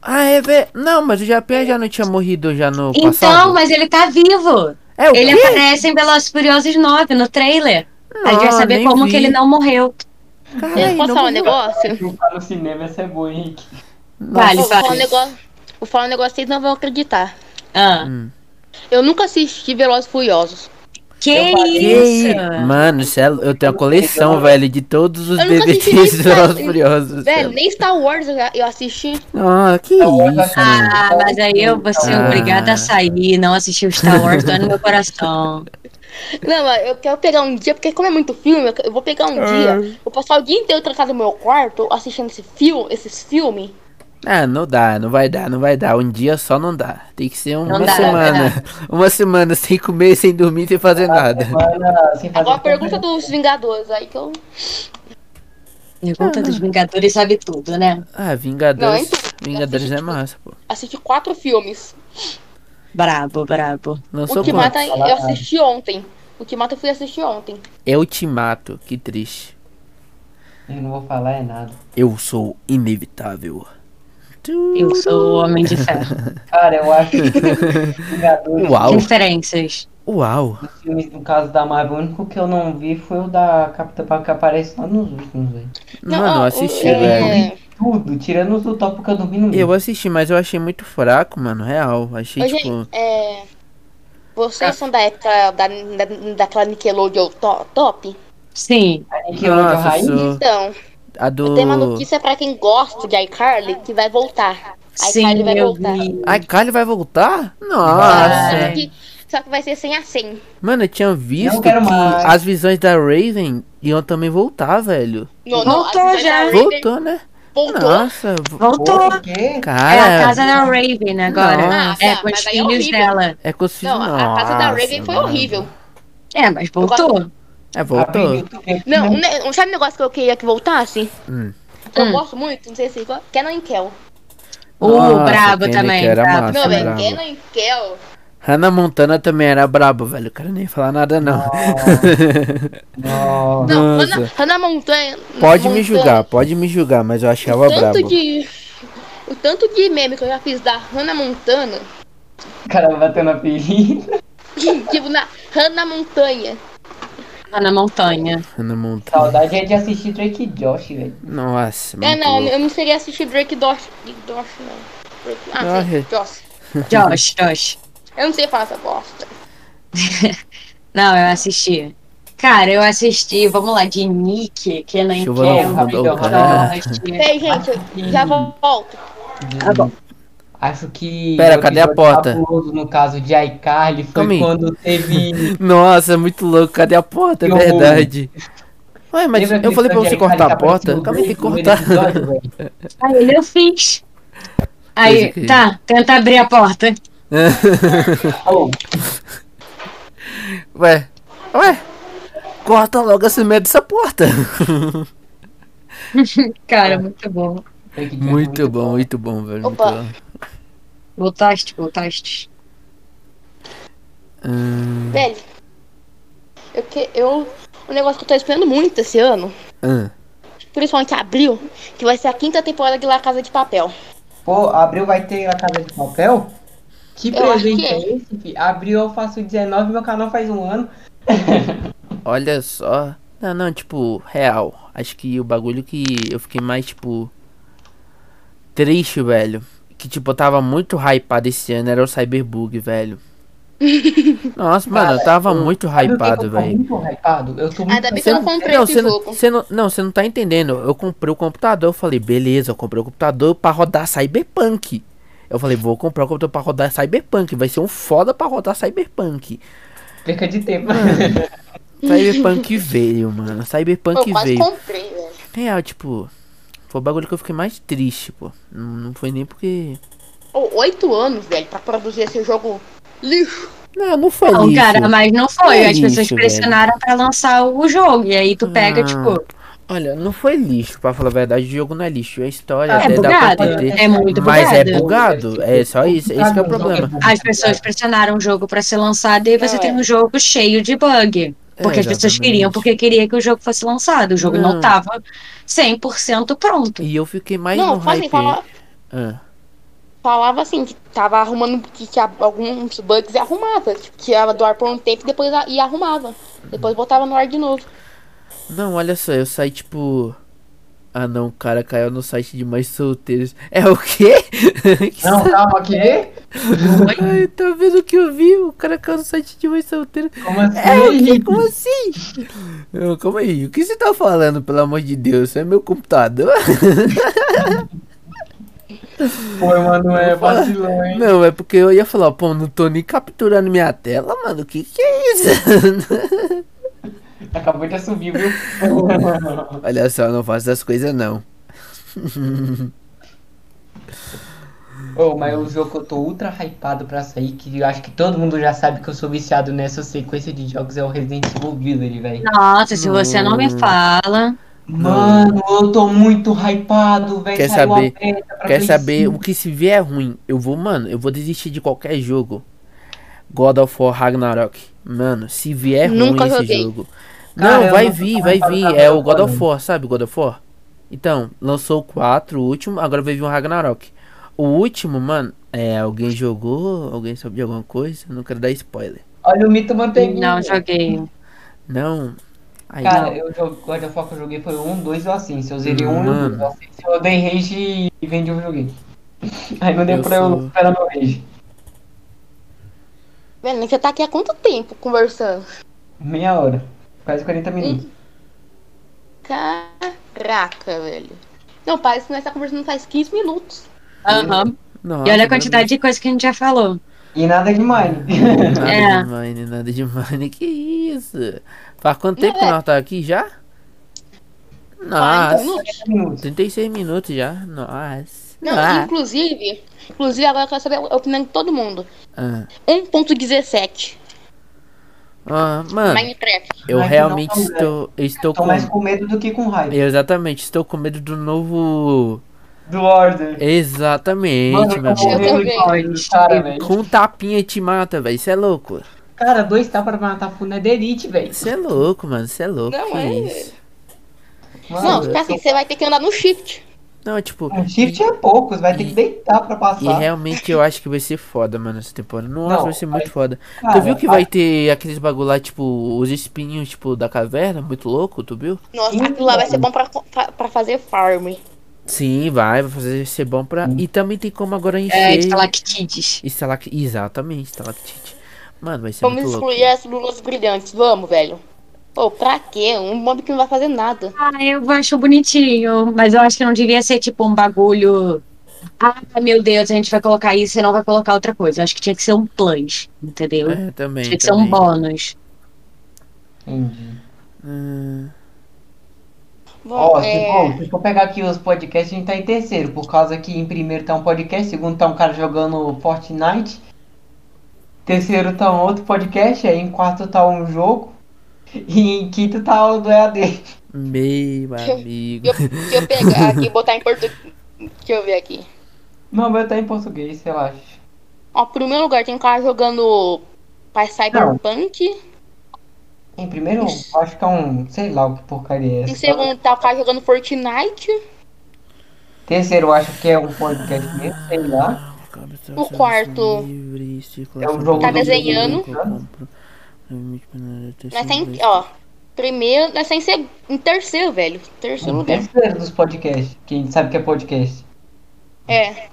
Ah, é velho. Não, mas o Japé já não tinha morrido já no Então, passado. mas ele tá vivo. É o Ele quê? aparece em Velozes e Furiosos 9 no trailer. A gente Não, vai saber Ah, nem como vi. que ele não morreu. Caralho, eu posso não falar um morreu. negócio? Tá no cinema, essa é boa, Henrique. Nossa, Vale, Vou falar um faz. negócio. Vou falar um negócio que vocês não vão acreditar. Ah, Hum. Eu nunca assisti Velozes e Furiosos. que Que isso? Mano, cê é lou- eu tenho a coleção, velho, de todos os Eu nunca assisti DVDs dos nem Star- Velozes e Furiosos. é Velho, nem Star Wars eu eu assisti. Ah, que isso, mano. Ah, mas aí eu vou ser Ah. obrigada a sair, não assistir o Star Wars, dói no meu coração. Não, mas eu quero pegar um dia, porque como é muito filme, eu vou pegar um Ah. dia. Vou passar o dia inteiro trancado no meu quarto assistindo esse filme, esses filmes. Ah, não dá, não vai dar, não vai dar. Um dia só não dá. Tem que ser uma Não dá, semana. Uma semana sem comer, sem dormir, sem fazer nada. Semana, sem fazer Agora um a pergunta dos Vingadores, aí que eu. Pergunta dos Vingadores sabe tudo, né? Ah, Vingadores. Não, então, Vingadores é assisti- massa, pô. Assisti quatro filmes. Brabo, brabo. Lançou o que quanto? mata eu Caralho. assisti ontem. O que mata eu fui assistir ontem. Eu te mato, É que triste. Eu não vou falar é nada. Eu sou inevitável. Eu sou o Homem de Ferro. Cara, eu acho que os Vingadores, Uau, Diferenças. uau. os filmes, no caso da Marvel, o único que eu não vi foi o da Capitã Marvel que aparece lá nos últimos, velho. Mano, eu ah, assisti, o- velho. é, Tudo, tirando os do top que eu dormi no Eu meio. assisti, mas eu achei muito fraco, mano. Real. Achei, Ô, tipo. gente, é, Ah. Vocês são da época da, da, daquela Nickelodeon to- top? Sim. Que eu Nossa, raiz. sou- Então, a do. o tema notícia é pra quem gosta de iCarly, que vai voltar. A Sim, iCarly vai eu voltar. vi. É. A Kylie vai voltar? Nossa. Só que só que vai ser 100 a 100. Mano, eu tinha visto que quero mais. as visões da Raven iam também voltar, velho. Não, Voltou a visão já. da Raven Voltou, né? Voltou. Nossa, Voltou. Por quê? cara. É a casa da Raven agora. Nossa. É, com Ah, Mas os aí é filhos horrível. dela. É com os filhos. Não, a casa da Raven foi mano. horrível. É, mas voltou. É, voltou. Abriu, tu vê que Não, um ne- sabe um negócio que eu queria que voltasse? Hum. Que Eu Hum. gosto muito, não sei se igual. Canon e Kel. O Nossa, brabo Kenny também. que era brabo. massa. né? Não, velho, Ah, bravo. Canon e Kel. Hannah Montana também era brabo, velho. Quero nem falar nada, não. Não. Não, Nossa. Hannah, Hannah Montana. pode me Montana, julgar, pode me julgar, mas eu O achava tanto brabo. de. O tanto de meme que eu já fiz da Hannah Montana. O cara bateu na ferida. tipo, na Hannah Montanha. Lá na montanha. Hannah Montana. Saudade é de assistir Drake e Josh, velho. Nossa, É, muito não, louco. eu não seria assistir Drake Dosh. Dosh, não. Drake- Ah, Ai. sei, Joss. Josh, Josh. Eu não sei falar essa bosta. Não, eu assisti. Cara, eu assisti, vamos lá, de Nick, que não Chuva no quer, fundo, Josh. cara. Peraí, gente, eu já volto. Ah, Tá bom. Acho que. Pera, o cadê a episódio porta? fabuloso No caso de iCarly foi Calma aí. quando teve. Nossa, muito louco. Cadê a porta? É Eu- verdade. Ué, mas Lembra eu aquele falei pra episódio você de iCarly cortar que a porta? apareceu Acabei de no primeiro cortar. episódio, velho? Aí eu fiz. Fez o Aí, quê? tá, tenta abrir a porta. Alô, Ué, ué. Corta logo esse medo dessa porta. É Ah. Cara, muito bom. Drake e Josh, Muito bom, muito bom, velho. muito Opa. bom. Voltaste, voltaste. Hum, Velho, eu, que, eu, o negócio que eu tô esperando muito esse ano, hum. principalmente abril, que vai ser a quinta temporada de La Casa de Papel. Pô, abril vai ter a casa de papel? Que Eu acho presente que é. é esse, fi? Abril eu faço 19, meu canal faz um ano. Olha só. Não, não, tipo, real. Acho que o bagulho que eu fiquei mais, tipo. Triste, velho. Que, tipo, eu tava muito hypado esse ano era o Cyberbug, velho. Nossa, mano, eu tava muito Sabe o que que hypado, eu tô velho. muito hypado? Eu tô muito Ainda bem que eu não comprei Não, esse você não, jogo. você não, não, você não tá entendendo. Eu comprei o computador, eu falei, beleza, eu comprei o computador pra rodar Cyberpunk. Eu falei, vou comprar o computador pra rodar Cyberpunk. Vai ser um foda pra rodar Cyberpunk. um perca de tempo. Cyberpunk veio, mano. Cyberpunk eu quase veio. comprei, velho. Real, tipo, foi o bagulho que eu fiquei mais triste, pô. Não, não foi nem porque. Ô, Oito anos, velho, pra produzir esse jogo lixo. Não, não foi Não, É lixo. cara, mas não foi. É As pessoas lixo, pressionaram pra lançar o jogo. E aí tu pega, Ah, tipo, Olha, não foi lixo, pra falar a verdade, o jogo não é lixo, é história, é até dá bugado. pra entender. É muito Mas é bugado. bugado, é só isso, esse que é o Bugado, não, problema. bugado. As pessoas pressionaram o jogo pra ser lançado e aí você Não, tem é. um jogo cheio de bug. Porque É, as pessoas exatamente. Hum. queriam, porque queria que o jogo fosse lançado. O jogo não, Não. tava 100% pronto. E eu fiquei mais não, no fala assim, hype. fala, Ah, falava assim, que tava arrumando, que, que a- alguns bugs e arrumava. Tipo, tirava do ar por um tempo e depois a- e arrumava. Depois botava no ar de novo. Não, olha só, eu saí tipo. Ah não, o cara caiu no site de mais solteiros. É o quê? Que Não, calma, quer É. ver? Ai, tá vendo o que eu vi? O cara caiu no site de mais solteiro. Como assim? É o quê? Como assim? Eu, calma aí, o que você tá falando, pelo amor de Deus? É meu computador? Pô, mano, é vacilão, hein? Não, é porque eu ia falar, pô, não tô nem capturando minha tela, mano. O que que é isso? Acabou de assumir, viu? Olha só, eu não faço essas coisas não. Ô, mas o jogo que eu tô ultra hypado pra sair, que eu acho que todo mundo já sabe que eu sou viciado nessa sequência de jogos, é o Resident Evil Village, velho. Nossa, se você não Hum. me fala. Mano, eu tô muito hypado, velho. Quer Saiu a saber- beta pra Quer Play saber 5. o que se vier é ruim? Eu vou, mano, eu vou desistir de qualquer jogo. God of War Ragnarok. Mano, se vier é Nunca ruim esse joguei. jogo. Cara, não, eu vai não- vir, vai não vir. tava É o God of falando. War, sabe? God of War? Então, lançou o 4, o último, agora vai vir o Ragnarok. O último, mano, é. Alguém jogou? Alguém soube de alguma coisa? Não quero dar spoiler. Olha o Mito Manteiguinho. Não, joguei. Não. Aí, Cara, eu jogo, God of War que eu joguei foi um, dois e o Ascenso. Eu zerei um e o Mano. dois. o Ascenso eu dei rage e vendi o joguinho. Aí não deu Eu pra sou- eu esperar meu rage. Velho, você tá aqui há quanto tempo conversando? Meia hora. Quase 40 minutos. Caraca, velho. Não, parece que nós tá conversando faz 15 minutos. Aham. Nossa, E olha a meu quantidade Deus. de coisa que a gente já falou. E nada de Mine. Nada É. de Mine, nada de Mine. Que isso? Faz quanto Não, tempo que é. nós tá aqui já? Ah, Nossa, então, não, Minutos. 36 minutos já. Nossa. não, Ah. inclusive, inclusive agora eu quero saber a opinião de todo mundo. Ah. 1.17. Ah, mano, Minecraft. eu Mas não realmente tão estou, eu estou Tô com. mais com medo do que com raiva. Eu Exatamente, estou com medo do novo. Do Order. Exatamente, meu tô amigo. morrendo de ódio do cara, velho. Com um tapinha te mata, velho. Você é louco. Cara, dois tapas pra matar pro Netherite, velho. Você é louco, mano. Você é louco. Não, que é, isso? é Não, Mano, tá assim, você vai ter que andar no shift. Não, tipo. um shift é poucos, vai ter que deitar pra E é, passar. realmente eu acho que vai ser foda, mano, essa temporada. Nossa, Não, vai ser vai- muito foda. Cara, tu viu que vai ter aqueles bagulho lá, tipo, os espinhos, tipo, da caverna? Muito louco, tu viu? Nossa, Ih, aquilo lá vai mano. ser bom pra, pra, pra fazer farm. Sim, vai, vai fazer ser bom pra. E também tem como agora encher. É, estalactites. Estalac- Exatamente, estalactite. Mano, vai ser Vamos é muito louco. excluir as lulas brilhantes, vamos, velho. Pô, pra quê? Um bomb que não vai fazer nada. Ah, eu acho bonitinho, mas eu acho que não devia ser tipo um bagulho. Ah, meu Deus, a gente vai colocar isso e não vai colocar outra coisa. Eu acho que tinha que ser um plus, entendeu? É, também. tinha que ser também. um bônus. Entendi. Hum, Bom, Ó, se, é... for, se for pegar aqui os podcasts, a gente tá em terceiro, por causa que em primeiro tá um podcast, segundo tá um cara jogando Fortnite, terceiro tá um outro podcast, aí em quarto tá um jogo, e em quinto tá o do EAD. meu que amigo. eu, que eu pegar aqui e botar em português. Deixa eu ver aqui. Não, mas tá em português, relaxa. Ó, primeiro lugar, tem um cara jogando Pai Cyberpunk. Em primeiro, eu acho que é um, sei lá o que porcaria é Em essa. segundo, tá o cara jogando Fortnite. Terceiro, eu acho que é um podcast mesmo, sei lá. O quarto. um É o jogo Tá desenhando. é Nós tá em, ó, primeiro, nós tá em, seg- em terceiro, velho. Terceiro O lugar. terceiro dos podcasts, que a gente sabe que é podcast. É.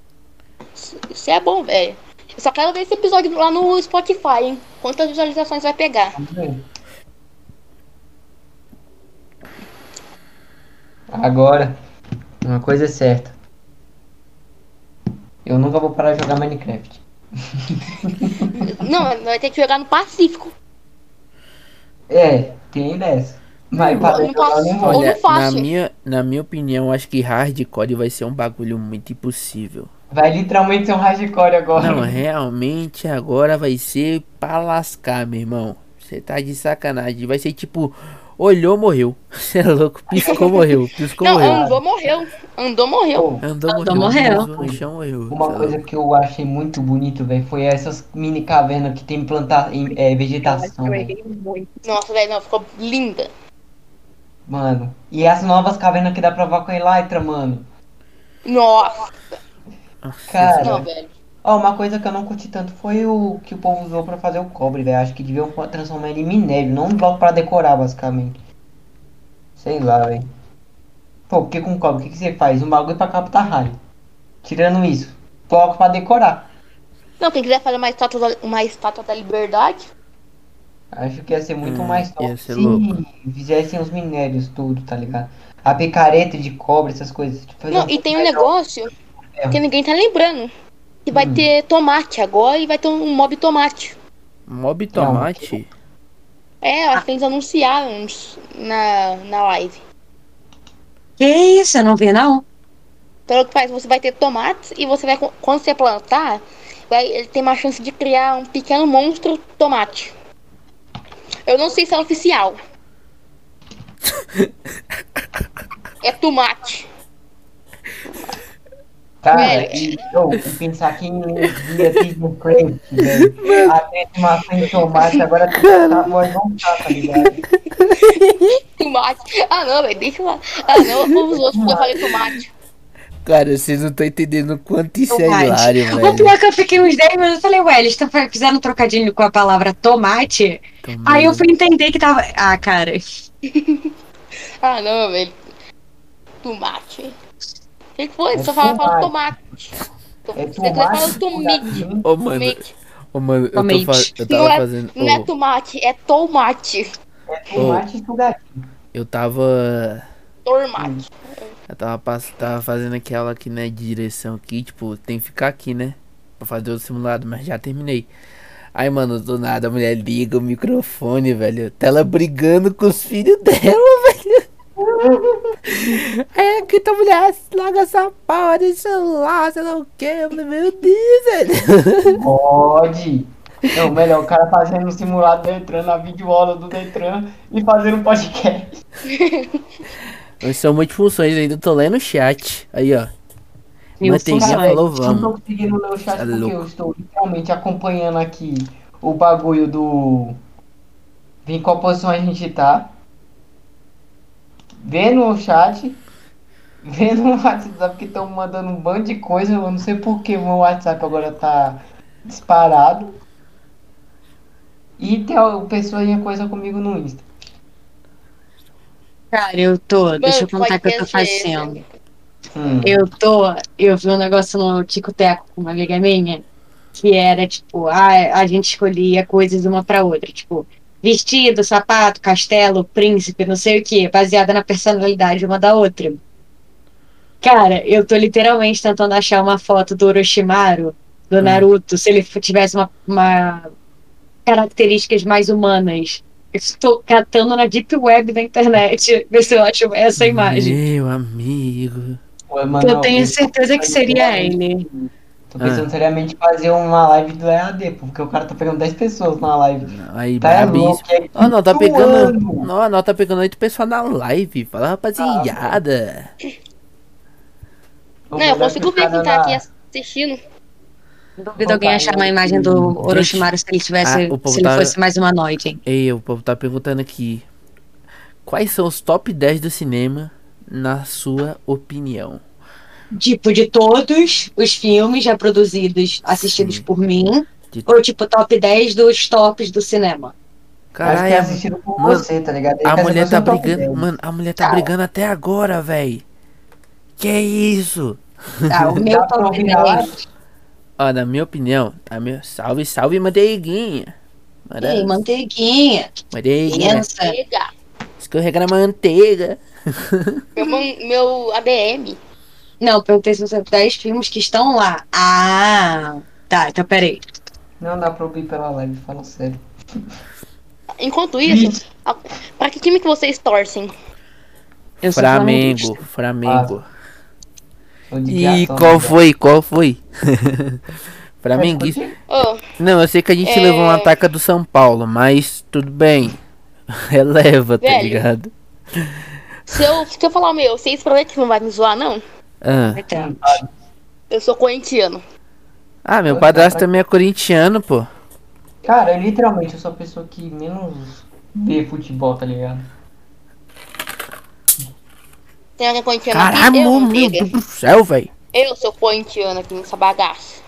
Isso- Isso é bom, velho. Eu só quero ver esse episódio lá no Spotify, hein? Quantas visualizações vai pegar? Vamos ver. Agora, uma coisa é certa. Eu nunca vou parar de jogar Minecraft. Não, nós vai ter que jogar no Pacífico. É, tem ainda essa. Mas para não jogar eu posso- não vou. Ou Olha, no fácil. na minha, na minha opinião, acho que hardcore vai ser um bagulho muito impossível. Vai literalmente ser um hardcore agora. Não, é. realmente agora vai ser pra lascar, meu irmão. Você tá de sacanagem. Vai ser tipo, olhou, morreu. Você é louco, piscou, morreu. Piscou, não, morreu. andou, morreu. Andou, morreu. Pô, Andou, é um Andou, morreu. morreu. pisou no chão, morreu. Cê Uma é coisa louco. que eu achei muito bonito, velho, foi essas mini cavernas que tem planta em, é, vegetação, velho. Nossa, velho, não, ficou linda. Mano, e as novas cavernas que dá pra voar com a Elytra, mano. Nossa, não, Cara, velho. ó, uma coisa que eu não curti tanto foi o que o povo usou pra fazer o cobre, velho. Acho que deviam transformar ele em minério, não um bloco pra decorar, basicamente. Sei lá, velho. Pô, porque com cobre, o que, que você faz? Um bagulho pra captar raio. Tirando isso, bloco pra decorar. Não, quem quiser fazer uma estátua da, uma estátua da liberdade, Acho que ia ser muito Hum, mais ia top ser se louco. fizessem os minérios tudo, tá ligado? A picareta de cobre, essas coisas. Tipo, fazer Não, uma e tem um coisa mais negócio que ninguém tá lembrando. Que vai ter tomate agora e vai ter um mob tomate. Mob tomate? É, eu acho que eles anunciaram uns na, na live. Que isso, eu não vi, não. Pelo que Então, faz, você vai ter tomates e você vai. Quando você plantar, vai, ele tem uma chance de criar um pequeno monstro tomate. Eu não sei se é oficial. é tomate. Cara, Velho. e, ô, e pensar que em um dia teve um crunch, velho. Até de maçã e tomate, agora tem que tá mó vontade, tá ligado? Tomate. Ah não, velho, deixa lá. Ah não, os outros, porque eu falei tomate. Cara, vocês não estão entendendo o quanto isso é Tomate. hilário, O velho. pior é que eu fiquei uns 10 minutos e falei, ué, eles tão- fizeram um trocadilho com a palavra tomate. Aí eu fui entender que tava. Ah, cara. Ah não, velho. Tomate. O que, que foi? É Só fala, fala tomate. É Você fala tomate. tomate. é com Ô, mano, Tomate. ô, mano, eu, tô Tomate. fa- eu Não tava é- fazendo. Não é é- ô, tomate, é tomate. É Tomate e sugadinho. eu tava. Tomate. Eu tava, pass- tava fazendo aquela aqui, né? de Direção aqui, tipo, tem que ficar aqui, né? Pra pra fazer o simulado, mas já terminei. Aí, mano, do nada a mulher liga o microfone, velho. Tá ela brigando com os filhos dela, velho. Aí aqui tá a mulher, larga essa pau, deixa lá, sei lá o que. Eu falei, meu Deus, velho. Pode. Não, melhor, o cara fazendo um simulado do Detran na videoaula do Detran e fazendo um podcast. Mas são multifunções ainda, tô lendo o chat. Aí, ó. Eu Manteiga sou Cara, falou, Eu não tô vamos. conseguindo ler o chat Tá porque louco. eu estou literalmente acompanhando aqui o bagulho do. Vim qual posição a gente tá. Vendo o chat. Vendo o WhatsApp que estão mandando um bando de coisa. Eu não sei por que o meu WhatsApp agora tá disparado. E tem o pessoa em coisa comigo no Insta. Cara, eu tô. Deixa eu Mano, contar o que eu tô podcast é esse? fazendo. Hum. Eu tô. Eu vi um negócio no Tico Teco com uma amiga minha, que era tipo, a, a gente escolhia coisas uma pra outra, tipo, vestido, sapato, castelo, príncipe, não sei o que, baseada na personalidade uma da outra. Cara, eu tô literalmente tentando achar uma foto do Orochimaru, do Naruto, se ele f- tivesse uma, uma- características mais humanas. Estou catando na deep web da internet, ver se eu acho essa imagem. Meu amigo. Ué, mano, Eu tenho eu- certeza que seria ele. Tô Ah. pensando seriamente em fazer uma live do EAD, porque o cara tá pegando 10 pessoas na live. Aí, Tá é brabíssimo. louco, é Ó, não, tá pegando. zoando. Não, não, tá pegando oito pessoas na live. Fala, rapaziada. Não, eu consigo ver quem tá aqui assistindo. Duvido alguém achar uma imagem do Orochimaru se ele tivesse. Ah, o povo se ele tá- fosse mais humanoide, hein? Ei, o povo tá perguntando aqui. Quais são os top 10 do cinema, na sua opinião? Tipo, de todos os filmes já produzidos, assistidos Sim. por mim. De- Ou tipo, top 10 dos tops do cinema. Caralho, Caralho, é assistindo com mano, você, tá ligado? Ele a quer mulher saber tá seu top brigando. 10. Mano, a mulher tá Tá. brigando até agora, véi. Que isso? Tá, o Dá meu pra top ouvir na 10. Ó, na minha opinião, a minha... salve, salve, manteiguinha. Ei, Mara- manteiguinha. Manteiguinha, Pensa. Chega. escorrega na manteiga. Meu, man- meu ADM. Não, perguntei se você 10 filmes que estão lá. Ah, tá, então peraí. Não dá pra ouvir pela live, fala sério. Enquanto isso, a- pra que time que vocês torcem? Eu sou Flamengo, flamenguista. Flamengo. Tô de E gato, qual né? foi? Qual foi? Mas Flamenguista. por quê? Ô, Não, eu sei que a gente É. levou uma ataca do São Paulo, mas tudo bem. Releva, tá Velho. ligado? se, eu, se eu falar o meu, vocês prometem que não vai me zoar, não? Ah, Então, Eu sou corintiano. Ah, meu Pois é, padrasto pra- também é corintiano, pô. Cara, eu literalmente eu sou a pessoa que menos vê futebol, tá ligado? Tem alguém corintiano aqui? Caralho, Eu, meu Manteiga. Deus do céu, velho. eu sou corintiano aqui nessa bagaça.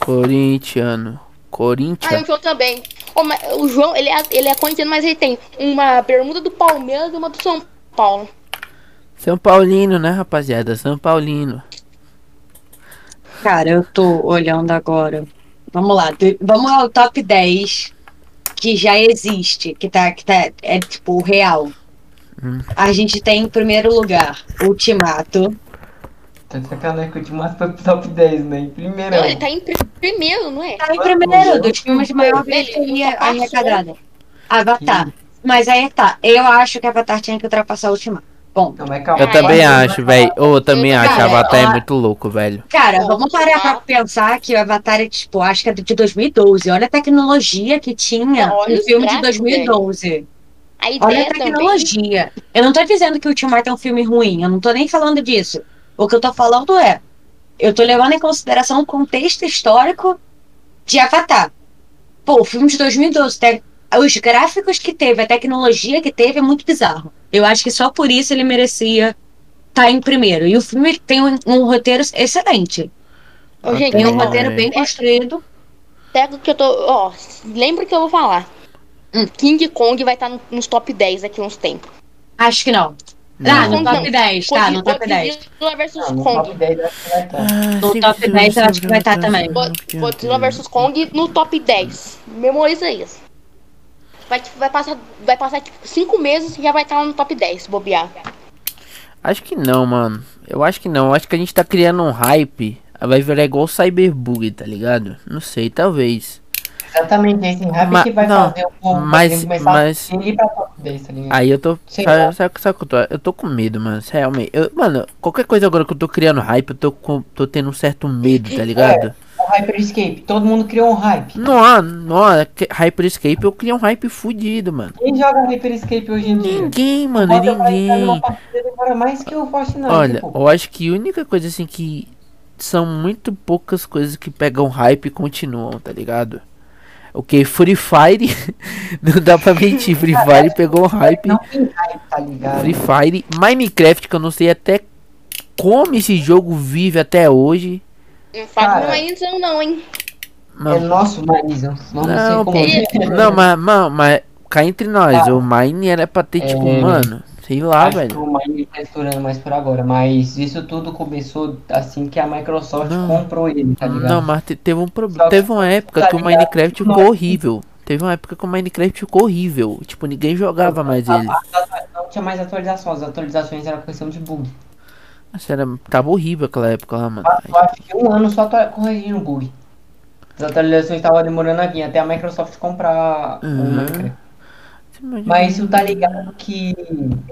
Corintiano. Ah, e o Corinthians. João também. Ô, mas o João, ele é, ele é corintiano, mas ele tem uma bermuda do Palmeiras e uma do São Paulo. São Paulino, né, rapaziada? São Paulino. Cara, eu tô olhando agora. Vamos lá, do- vamos ao top 10 que já existe, que tá, que tá é tipo o real. A gente tem em primeiro lugar Ultimato. Tá de sacanagem que eu te mato pro top 10, né? Em primeiro. Não, ele tá em pri- primeiro, não é? Tá em primeiro dos filmes de maior bilheteria arrecadada. Avatar. Mas aí tá, eu acho que Avatar tinha que ultrapassar o Ultimato. Bom, tá Não, mas calma. Eu também acho, velho. Ô, Eu também Cara, acho. Avatar é ó. muito louco, velho. Cara, Bom, vamos vamos parar pra lá. pensar que o Avatar é, tipo, acho que é de 2012. Olha a tecnologia que tinha Não, olha no os filme de gráficos, 2012. A Olha ideia a também. tecnologia. Eu não tô dizendo que o Ultimato é um filme ruim, eu não tô nem falando disso. O que eu tô falando é, eu tô levando em consideração o contexto histórico de Avatar. Pô, o filme de 2012, te- os gráficos que teve, a tecnologia que teve é muito bizarro. Eu acho que só por isso ele merecia estar em primeiro. E o filme tem um, um roteiro excelente. Ô, gente, Tem um ó, roteiro bem construído. pega o que eu tô. Ó, lembra o que eu vou falar. Um Hum. King Kong vai estar nos top 10 daqui uns tempos. Acho que não. Ah, Não. no top 10, tá, no Godzilla- top 10. Godzilla versus Não, no top Kong. 10 eu acho que vai estar. Ah, No top 10 eu acho que vai estar também. Go- Godzilla versus Kong no top 10. Memoriza isso. Vai, tipo, vai passar, vai passar tipo, cinco meses e já vai estar no top 10, se bobear. Acho que não, mano. Eu acho que não. Eu acho que a gente tá criando um hype Aí Vai virar igual Cyberbug, tá ligado? Não sei, talvez. Exatamente, esse rap Ma- que vai não, fazer o povo mas- brasileiro começar mas- a seguir pra top 10, tá ligado? Aí eu tô. Sei Sabe, lá. sabe, sabe o que eu tô? Eu tô com medo, mano. é Realmente. Eu, mano, qualquer coisa agora que eu tô criando hype, eu tô, com, tô tendo um certo medo, É. tá ligado? O Hyper Escape, todo mundo criou um hype. Não, há- não, há- que- Hyper Escape eu criei um hype fudido, mano. Quem joga Hyper Escape hoje em dia? Ninguém, mano, Roda vai entrar numa ninguém. partida demora mais que o Fortnite, Olha, pô. eu acho que a única coisa assim que são muito poucas coisas que pegam hype e continuam, tá ligado? O que? Free Fire, não dá pra mentir, Free Fire pegou um hype. é Não tem hype, tá ligado? Free Fire, Minecraft, que eu não sei até como esse jogo vive até hoje. Não fala Cara. não é isso não, hein? É Mano, nosso nariz, eu não, não, pô, sei como. é não, mas, mano, mas cá entre nós, o Mine era pra ter tipo, Tá. É. mano, sei lá, Acho que velho. o Mine tá estourando mais por agora, mas isso tudo começou assim que a Microsoft Não. comprou ele, tá ligado? Não, mas te- teve um Só problema. Teve uma época tá que o ligado? Minecraft Não. ficou horrível. Teve uma época que o Minecraft ficou horrível. Tipo, ninguém jogava mais Ah, ele. Não tinha mais atualização, as atualizações eram questão de bug. Nossa, era, tava horrível aquela época lá, mano. Eu acho que um ano só atua- corrigindo o bug. As atualizações estavam demorando a vir até a Microsoft comprar Uhum. o Minecraft. Mas isso tá ligado que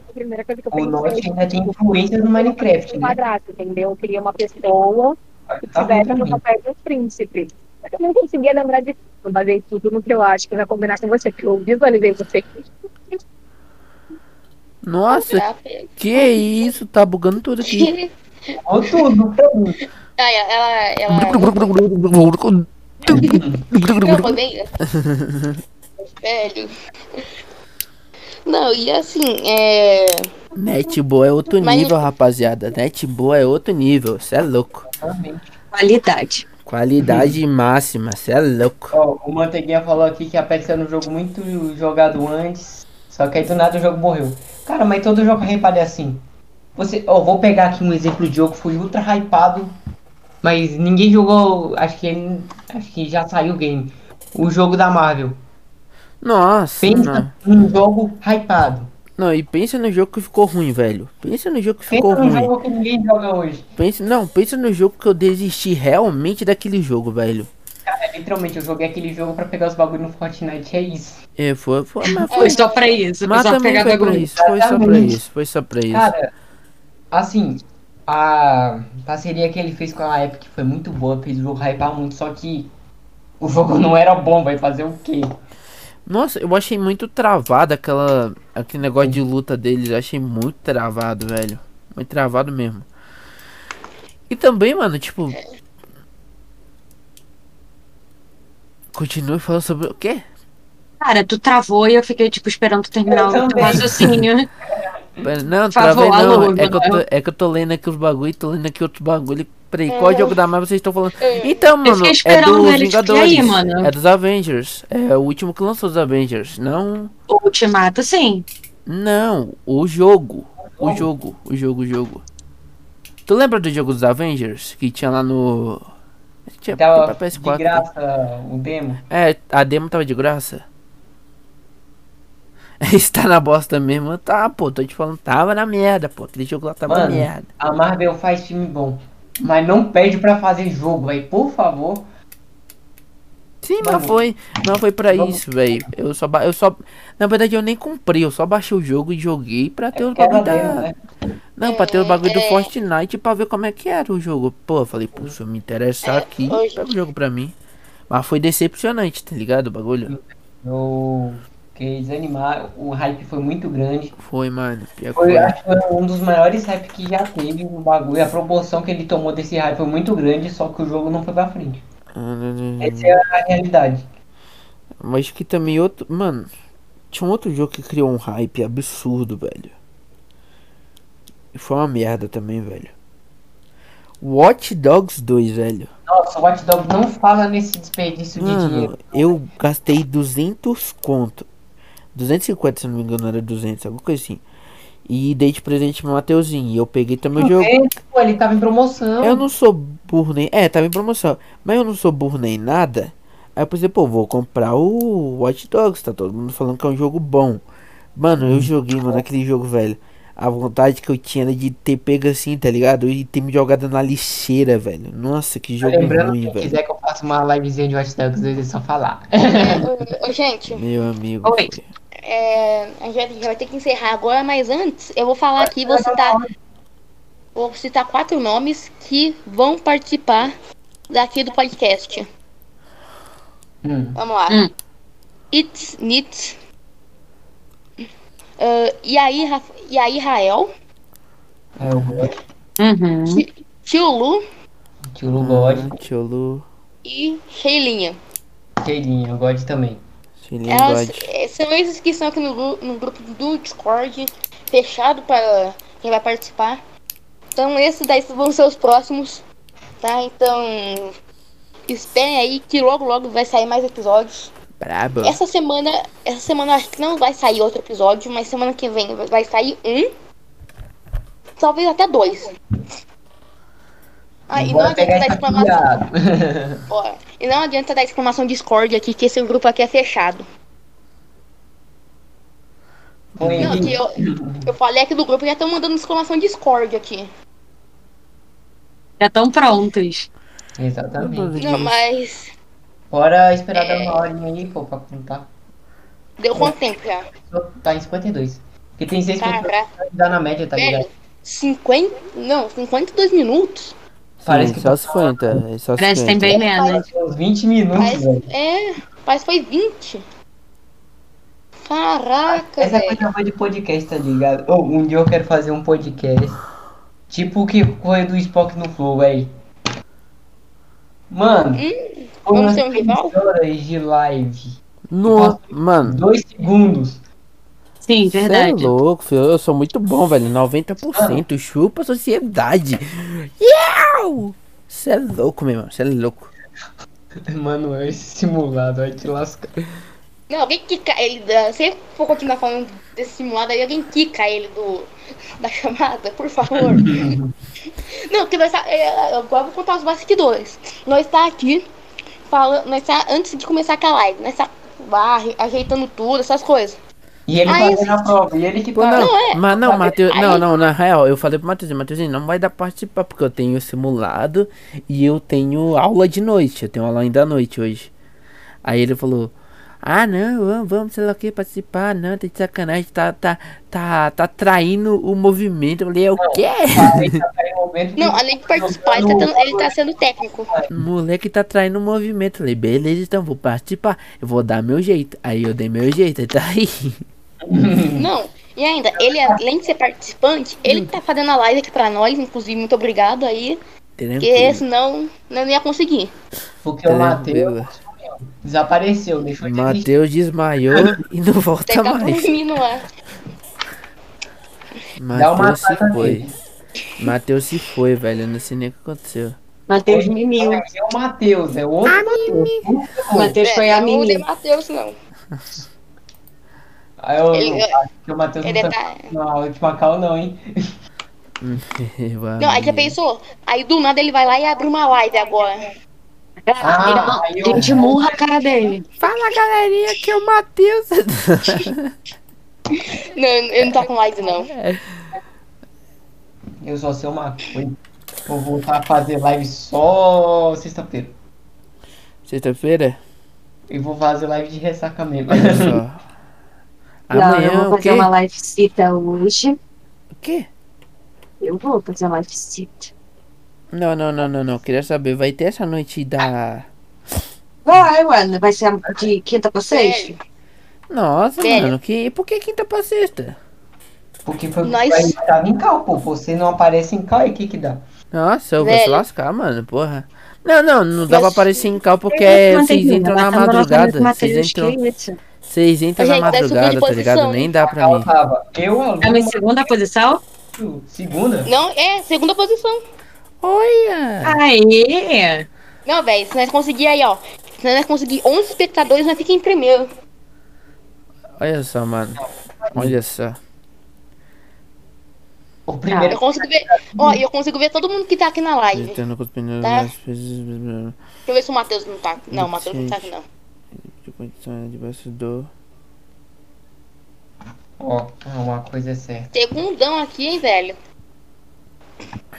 A primeira coisa que eu o Norte pensei ainda tem influência no Minecraft, um né? quadrado, entendeu? Eu queria uma pessoa que Ah, Tá estivesse muito no ruim. papel de um príncipe. Só que Eu não conseguia lembrar de tudo. Eu basei tudo no que eu acho que vai combinar com você, porque eu visualizei você. Nossa, Tá feio. que isso? Tá bugando tudo aqui. Ou tudo, tá tudo. Ah, ela, ela, ela- Não, foi bem. Velho. Não, e assim, é. Netboy é outro Mas- nível, rapaziada. Netboy é outro nível. Cê é louco. Exatamente. Qualidade. Qualidade máxima. Cê é louco. Ó, o Manteiguinha falou aqui que a Apex era um jogo muito jogado antes, só que aí do nada o jogo morreu. Cara, mas todo jogo hypado é assim. Você, ó, vou pegar aqui um exemplo de jogo que foi ultra hypado, mas ninguém jogou, acho que ele- acho que já saiu o game. O jogo da Marvel. Nossa, não. Pensa num jogo hypado. Não, e pensa no jogo que ficou ruim, velho. Pensa no jogo que ficou Pensa num ruim. jogo que ninguém joga hoje. Pensa, não, pensa no jogo que eu desisti realmente daquele jogo, velho. É, literalmente, eu joguei aquele jogo pra pegar os bagulho no Fortnite, é isso. É, foi, foi, mas foi, Foi só pra isso. Foi mas só também pegar foi da pra Globo. isso, foi só pra Exatamente. isso, foi só pra isso. Cara, assim, a parceria que ele fez com a Epic foi muito boa, fez o jogo hypar muito, só que o jogo não era bom, vai fazer o quê? Nossa, eu achei muito travado aquela, aquele negócio de luta deles, eu achei muito travado, velho. Muito travado mesmo. E também, mano, tipo... Continue falando sobre o quê? Cara, tu travou e eu fiquei, tipo, esperando tu terminar Eu o teu também. raciocínio. Pera- Não, Por favor, travei não. alô, É que, eu tô, Manuel. é que eu tô lendo aqui os bagulho, tô lendo aqui outro bagulho. Peraí, qual É. jogo da Marvel vocês estão falando? Então, mano, fiquei é esperando, dos velho, tipo, e Vingadores. aí, mano? É dos Avengers. É o último que lançou os Avengers. Não. O Ultimato, sim. Não, o jogo. O jogo, o jogo, o jogo. Tu lembra do jogo dos Avengers? Que tinha lá no. Tinha Tava pra de graça o demo. É, a demo tava de graça. Está na bosta mesmo. Tá, pô, tô te falando, tava na merda, pô. Aquele jogo lá tava na Mano, merda. A Marvel faz time bom, mas não pede pra fazer jogo, aí, por favor. Sim, mas Vamos. foi, mas foi pra Vamos. isso, velho. Eu só, ba- eu só, na verdade eu nem comprei, eu só baixei o jogo e joguei pra ter os Quebra bagulho da, demo, né? não, pra ter os bagulho do É. Fortnite pra ver como é que era o jogo. Pô, eu falei, pô, se eu me interessar aqui, É, hoje- pega o jogo pra mim. Mas foi decepcionante, tá ligado, o bagulho? Eu fiquei desanimado, o hype foi muito grande. Foi, mano, pior que Foi, foi. acho que foi um dos maiores hype que já teve o bagulho. A proporção que ele tomou desse hype foi muito grande, só que o jogo não foi pra frente. Essa é a realidade. Mas Hum, que também outro, mano, tinha um outro jogo que criou um hype absurdo, velho. E foi uma merda também, velho. Watch Dogs 2, velho. Nossa, o Watch Dogs não fala nesse desperdício de dinheiro. Mano, eu gastei 200 conto. 250, se eu não me engano, era 200, alguma coisa assim. E dei de presente pro Mateuzinho. E eu peguei também o jogo. É, pô, ele tava em promoção. Eu não sou burro nem. É, tava em promoção. Mas eu não sou burro nem nada. Aí eu pensei, pô, vou comprar o Watch Dogs. Tá todo mundo falando que é um jogo bom. Mano, eu joguei, mano, aquele jogo, velho. A vontade que eu tinha era de ter pego assim, tá ligado? E ter me jogado na lixeira, velho. Nossa, que jogo Lembrando, ruim, quem velho. quiser que eu faça uma livezinha de Watch Dogs 2 é só falar. Ô, gente, Meu amigo. Oi. foi. é, a gente já vai ter que encerrar agora, mas antes eu vou falar aqui, vou citar, vou citar quatro nomes que vão participar daqui do podcast. Hum. Vamos lá. Hum. It's uh, Nits. e aí, Raf- e aí, Rael, É, eu gosto. Uhum. Tio Lu Tio Lu gosta. Ah, Tcholu. e Sheilinha. Cheirinho, eu gosto também. Chilinho Elas God. eh, são esses que estão aqui no, gru- no grupo do Discord, fechado para quem vai participar. Então esses daí vão ser os próximos, tá? Então esperem aí que logo logo vai sair mais episódios. Brabo. Essa semana, essa semana eu acho que não vai sair outro episódio, mas semana que vem vai sair um. Talvez até dois. Ah, e não Bora pegar adianta dar essa exclamação. piada. ó, e não adianta dar exclamação Discord aqui, que esse grupo aqui é fechado. Com Não, ele. aqui eu, eu falei aqui do grupo e já estão mandando exclamação Discord aqui. Já estão prontos. Tá Exatamente. Não, mas Bora esperar dar É. uma horinha aí, pô, pra contar. deu quanto tempo já? Tá, Só Tá em 52. Porque tem 6 pessoas Caraca, que dá na média, tá velho. ligado? 50. Não, 52 minutos? Parece que Sim, só 50. é Só tá Parece que 50. tá tem bem menos. Uns 20 minutos, Mas velho. é. Mas foi 20. Caraca, Essa é a velho. coisa boa de podcast, tá ligado? Ô, um dia eu quero fazer um podcast. Tipo o que foi do Spock no Flow, véi. Mano, foi Hum, vamos umas ter um rival? três horas de live. No... Mano. Dois segundos. Sim, Cê é verdade. louco, filho. Eu sou muito bom, velho. 90% chupa a sociedade. Você é louco, meu irmão. Você é louco. Mano, é esse simulado, vai te lascar. Não, alguém quica ele. da- Se ele for continuar falando desse simulado aí, alguém quica ele do. Da chamada, por favor. Não, que nós tá, é, agora eu vou contar os bastidores. Nós tá aqui falando, nós tá antes de começar com a live, nós tá varre, ajeitando tudo, essas coisas. E ele Ah, fazendo a prova, e ele que Pô, Tipo, não, tá. Não, é. mas não, Matheus, Aí- não, não, na real, eu falei pro Matheus, Matheus, não vai dar pra participar, porque eu tenho simulado e eu tenho aula de noite, eu tenho aula ainda à noite hoje. Aí ele falou, ah, não, vamos, vamos, sei lá o que, participar, não, tá de sacanagem, tá, tá, tá, tá traindo o movimento, eu falei, é o quê? Ele tá em momento que- Não, além de participar, ele tá, tendo- ele tá sendo técnico. Moleque tá traindo o movimento, eu falei, beleza, então vou participar, eu vou dar meu jeito, aí eu dei meu jeito, ele tá aí. Não, e ainda, ele, além de ser participante, ele que tá fazendo a live aqui pra nós, inclusive, muito obrigado aí, porque Tranquilo. senão eu não ia conseguir. Porque o Matheus desapareceu, deixou de existir. Matheus desmaiou e não volta Deve tá mais. dormindo lá. Dá uma Matheus se patada foi. nele. Matheus se foi, velho. Eu não sei nem o que aconteceu. Matheus Mimil. É o Matheus, é o Ah, outro Matheus. Matheus foi a É, não, o de Mimil. Matheus, não. Aí eu, Ele- eu acho que o Matheus Ele não tá tá. na última cal não, hein? Não, aí já pensou? Aí do nada ele vai lá e abre uma live agora. Ah, Ele- eu- É, a gente murra a cara dele. Fala galerinha, que é o Matheus. Não, eu não tô com live, não. Eu só sei uma coisa. Vou voltar a fazer live só sexta-feira. Sexta-feira? E vou fazer live de ressaca mesmo. Olha só. Não, eu Amanhã vou o quê? fazer uma live cita hoje. O quê? Eu vou fazer uma live cita. Não, não, não, não, não. Queria saber, vai ter essa noite da. Vai, mano. Vai ser de quinta pra sexta? Nossa, Sério? mano, que. Por que quinta pra sexta? Porque foi Nós- nós... tava em cal, pô. Você não aparece em cal, aí o que que dá? Nossa, eu vou Velho. se lascar, mano, porra. Não, não, não Mas- dá pra aparecer em cal porque Não tem É vocês como, entram vai na estar morando madrugada. com o Vocês Matheus, que é entram, isso? vocês entram na Gente, deve subir de madrugada, tá ligado? posição. então. Nem dá pra Cal mim. tava. Eu, aluno, Tá em segunda posição? segunda. Não, é, segunda posição. Ah, Olha! Aê! Não, velho, se nós conseguir aí, ó. Se nós conseguir 11 espectadores, nós fica em primeiro. Olha só, mano. Olha só. O primeiro. Eu consigo ver. Ó, e eu consigo ver todo mundo que tá aqui na live. Deixa Tentando com os pneus Tá. mais precisos, eu ver se o Matheus não tá. Não, o Matheus não tá aqui, não. de condição de bastidor. Ó, uma coisa é certa. Segundão aqui, hein, velho.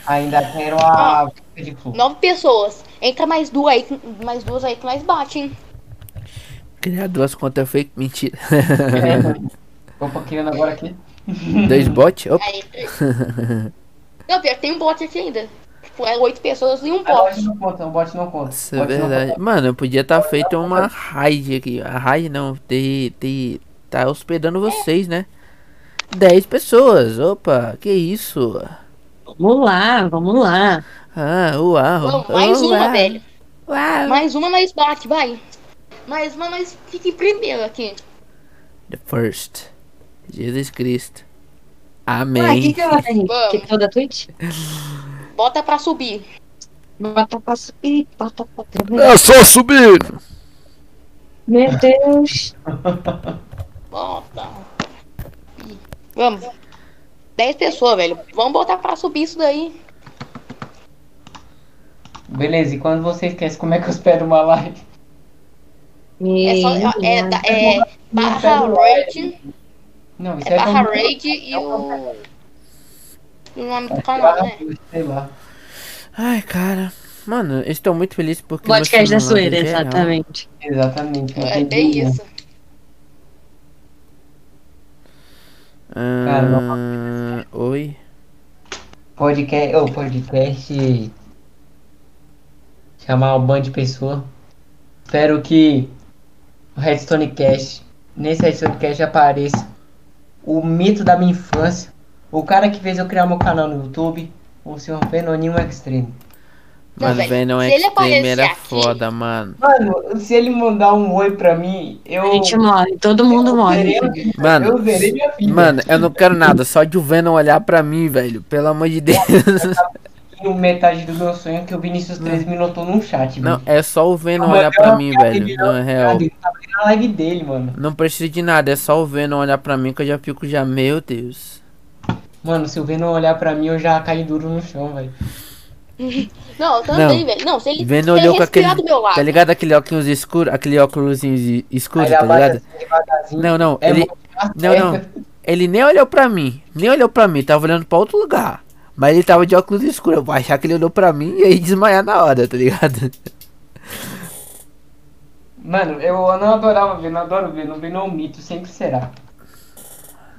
Ainda quero a boca de flu. Nove pessoas. Entra mais duas aí, que- mais duas aí que nós bate, hein? Criar duas contas fake, mentira. É, Opa, criando um agora aqui. Dois bots? Opa, Aí, três. Não, pior que tem um bot aqui ainda. Tipo, é oito pessoas e um Ah, bot. Bot não conta, um bot não conta. isso é Bot não verdade. conta. Mano, podia estar feito uma raid aqui. A raid não, tem, tem, tá hospedando É. vocês, né? Dez pessoas, opa, que isso? Vamos lá, vamos lá. Ah, uau. Não, mais uma, uau, velho. Uau. Mais uma nós bate, vai. Mais uma nós fica em primeiro aqui. The first. Jesus Cristo. Ah, que Amém. que hora, Henrique? Vamos. Que toda Twitch? Bota pra subir. Bota pra subir, bota pra subir. É só subir. Meu Deus. Bota. Vamos. Dez pessoas, velho. Vamos botar pra subir isso daí. Beleza, e quando você esquece, como é que eu espero uma live? É só. É, Menina. é, é barra raid. Não, isso É é barra como- raid e o. E o nome do canal, barra né? sei lá. Ai, cara. Mano, eu estou muito feliz porque. o meu Podcast da celular, zoeira, em geral, exatamente. Exatamente. né? não É tem bem dinheiro. isso. ah, Cara, Oi. Podcast. Ou podcast. Chamar um bando de pessoa. Espero que o Redstone Cast. Nesse Redstone Cast apareça o mito da minha infância. O cara que fez eu criar meu canal no YouTube. O senhor Fenônimo Extreme. Não, Mano, velho, velho, não se é ele extreme, era aparecer aqui- foda, mano. Mano, se ele mandar um oi pra mim, eu. A gente morre, todo mundo morre. eu zerei- eu Mano, zerei minha vida. mano, eu não quero nada, só de o Venom olhar pra mim, velho. Pelo amor de Deus. Tenho metade do meu sonho que o Vinícius 3 me notou num chat, Não, velho. é só o Venom Não, olhar mas pra eu- mim, eu- velho. eu- Na real. Eu tava na live dele, mano. Não preciso de nada, é só o Venom olhar pra mim que eu já fico já, meu Deus. Mano, se o Venom olhar pra mim, eu já caí duro no chão, velho. Não, eu também, Não. velho. Não, se ele, se ele Venom olhou com aquele. respirar do meu lado. Tá ligado aquele óculos escuro? Aquele óculos escuro, Aí tá abaixa ligado? assim, devagarzinho. Não, não, É ele. mó- tá Não, certo. não. Ele nem olhou pra mim. Nem olhou pra mim, tava olhando pra outro lugar. Mas ele tava de óculos escuros. Eu vou achar que ele olhou pra mim e aí desmaiar na hora, tá ligado? Mano, eu não adorava o Venom, adoro o Venom. O Venom é um mito, sempre será.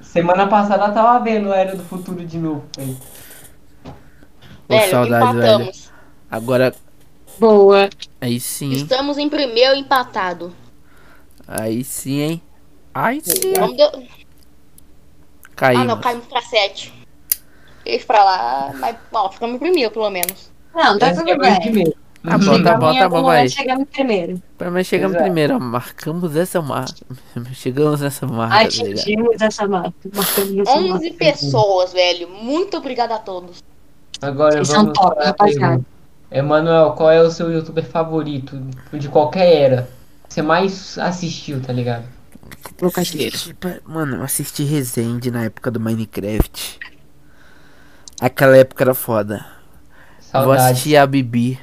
Semana passada eu tava vendo a Era do Futuro de novo, velho. Pô, velho, saudade, velho. empatamos. Agora, Boa. aí sim. Estamos em primeiro empatado. Aí sim, hein? Aí sim. Vamos do- Ah, não, Caímos. caímos pra sete. Deixa pra lá, mas ó, ficamos em primeiro, pelo menos. Não, tá Esse é tudo o bem. primeiro. Tá bom, tá bom, Amanhã tá bom, vamos vai. lá, chegamos primeiro. Pelo menos chegamos Exato. primeiro, ó. Marcamos essa marca. Chegamos nessa marca, tá ligado? Atingimos essa marca. Marcamos essa marca. 11 pessoas, velho. Muito obrigado a todos. Agora Vocês são vamos top, para a rapaziada. pergunta. Emanuel, qual é o seu youtuber favorito? De qualquer era. que Você mais assistiu, tá ligado? Lucas Lira. Tipo, Mano, eu assisti Resende na época do Minecraft. Aquela época era foda. Vou Saudade. assistir a Bibi.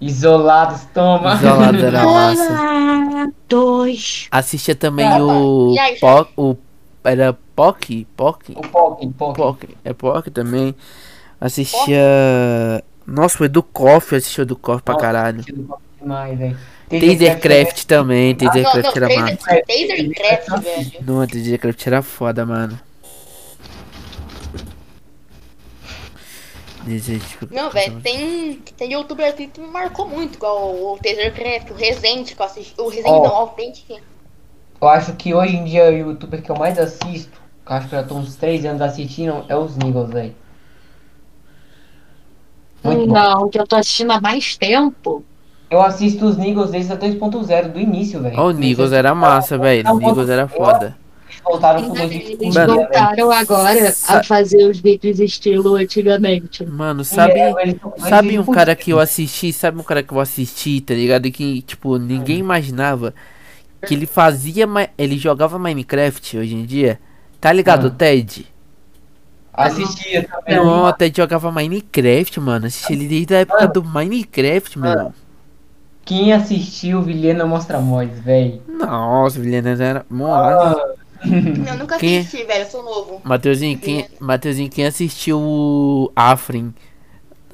Isolados, toma. Isolado era massa. Olá, dois. Assistia também Opa, o. e aí, Po- o era Pock? Pock? O Pock, o Pock. Pock. É Pock também. Assistia. Nossa, o Edu Koff. Eu assistia o Edu Koff pra Nossa, caralho. assistido Pock demais, um velho. é Tasercraft Ah, também. Tasercraft era Taser- massa. Tasercraft, velho. Não, Tasercraft era foda, mano. Desejo- Não, velho, tem, tem youtuber aqui que me marcou muito, igual o Tasercraft, o Resende, que eu assisti. O Resende Ó. não, o Authentic. Eu acho que hoje em dia o youtuber que eu mais assisto, que eu acho que eu já tô uns 3 anos assistindo, é os Niggles, velho. um. Muito Hum, bom. Não, que eu tô assistindo há mais tempo. Eu assisto os Niggles desde a 2.0, do início, velho. Ó, o Nigos é- era massa, velho. O Nigos era foda. Eles voltaram com Eles 2.0, velho. voltaram agora a fazer os vídeos estilo antigamente. Mano, sabe. É, eles tão com Sabe um 2.0. cara que eu assisti, sabe um cara que eu assisti, tá ligado? Que, tipo, ninguém Hum. imaginava que ele fazia, ma- ele jogava Minecraft hoje em dia. Tá ligado, Ah. É. o Ted? Assistia também. Não, o Ted jogava Minecraft, mano. Assisti ele desde a Ah. época do Minecraft, meu irmão. Quem assistiu Vilhena Mostra Mods, velho? Nossa, Vilhena era. né? Mano, Ah, Eu nunca Quem é? assisti, velho. Eu sou novo. Mateuzinho, quem, Mateuzinho, quem assistiu o Afrin?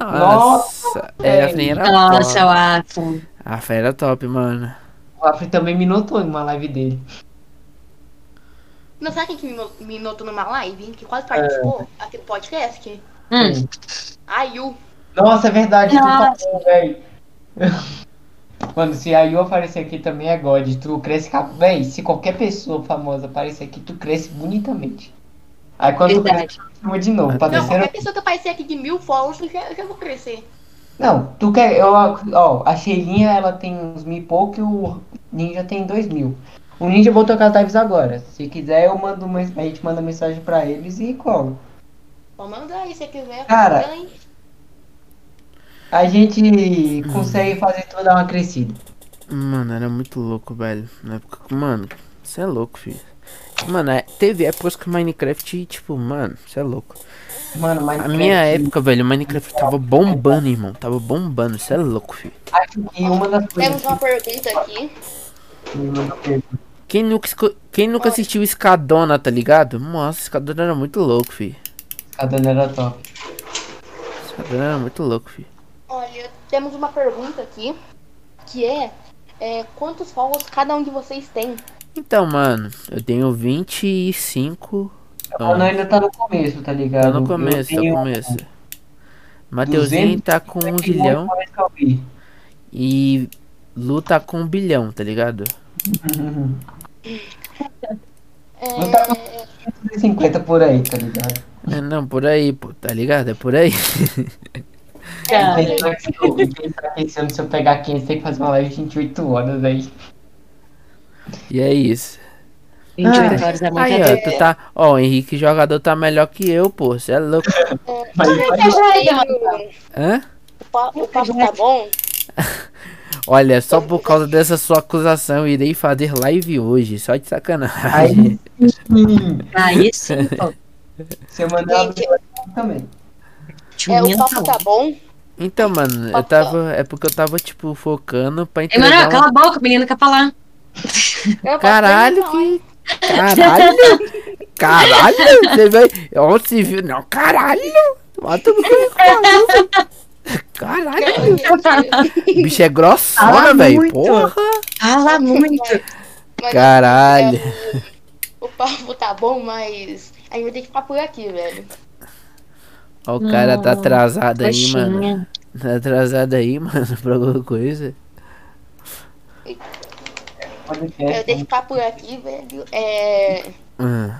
Nossa, Nossa, é, Afrin era Nossa, o top. Afro. Afrin era top, mano. O Afri também me notou em uma live dele. Não, sabe quem que me, no- me notou numa live? Que quase participou aqui do podcast? Hum, A Yu. Nossa, é verdade, Nossa. tu falou, velho. Mano, se a Yu aparecer aqui também é God. Tu cresce. cap- Véi, se qualquer pessoa famosa aparecer aqui, tu cresce bonitamente. Aí quando tu cresce, verdade. tu muda de novo. Pra Não, terceira. qualquer pessoa que aparecer aqui de mil followers, eu já, eu já vou crescer. Não, tu quer. Eu, ó, a Sheilinha ela tem uns mil e pouco e o Ninja tem dois mil. O Ninja voltou com as lives agora. Se quiser, eu mando uma- a gente manda mensagem pra eles e cola. Pode mandar aí se você quiser. Cara. Manda aí. A gente consegue fazer tudo dar uma crescida. Mano, era muito louco, velho. Na época, que- mano, você é louco, filho. Mano, é- teve épocas que o Minecraft, tipo, mano, você é louco. Mano, mas. é A minha é época, velho, o Minecraft tava bombando, irmão. Tava bombando, você é louco, filho. Acho que uma das coisas. Temos uma pergunta aqui. Quem nunca, esco- quem nunca assistiu Escadona, tá ligado? Nossa, Escadona era muito louco, filho. A dona era top. Escadona era muito louco, filho. Olha, temos uma pergunta aqui. Que é, é quantos followers cada um de vocês tem? Então, mano, eu tenho 25 Ela anos. ainda tá no começo, tá ligado? Tá no começo, tá eu no tenho começo. Mateuzinho 200 tá com um bilhão mais que eu vi. e Lu tá com um bilhão, tá ligado? É, Não tá com 150 por aí, tá ligado? É, não, por aí, pô, tá ligado? É por aí. Ah, Cara, é. Tem que pensar que esse ano, se eu pegar 500, tem que fazer uma live de 28 horas aí. E é isso. 28 horas é Aí, muita ó, coisa. tu tá. Ó, o Henrique jogador tá melhor que eu, pô. Você é louco. Mas Eu gostei do- Hã? O pa- o papo tá bom? Olha, só por causa dessa sua acusação, eu irei fazer live hoje. Só de sacanagem. aí, sim, Aí sim, pô. semana ela Gente, também. É, o Tchumenta. papo tá bom? Então, mano, eu tava. É porque eu tava, tipo, focando pra Ei, Manoel, entregar. cala uma- a boca, o menino quer falar. Eu posso Caralho, terminar, hein? que. Caralho! Caralho! Você vai. Ó, se viu. Não, caralho! Mata o meu Caralho! O bicho é grossona, Fala velho. Ah, muito. Porra! Fala muito. Mas, Caralho! é, o- o papo tá bom, mas a gente vai ter que ficar por aqui, velho. Ó, o cara tá atrasado aí, mano. Coxinha. Tá atrasado aí, mano, pra alguma coisa. Eu vou ter que Podcast. ficar por aqui, velho. É, Hum.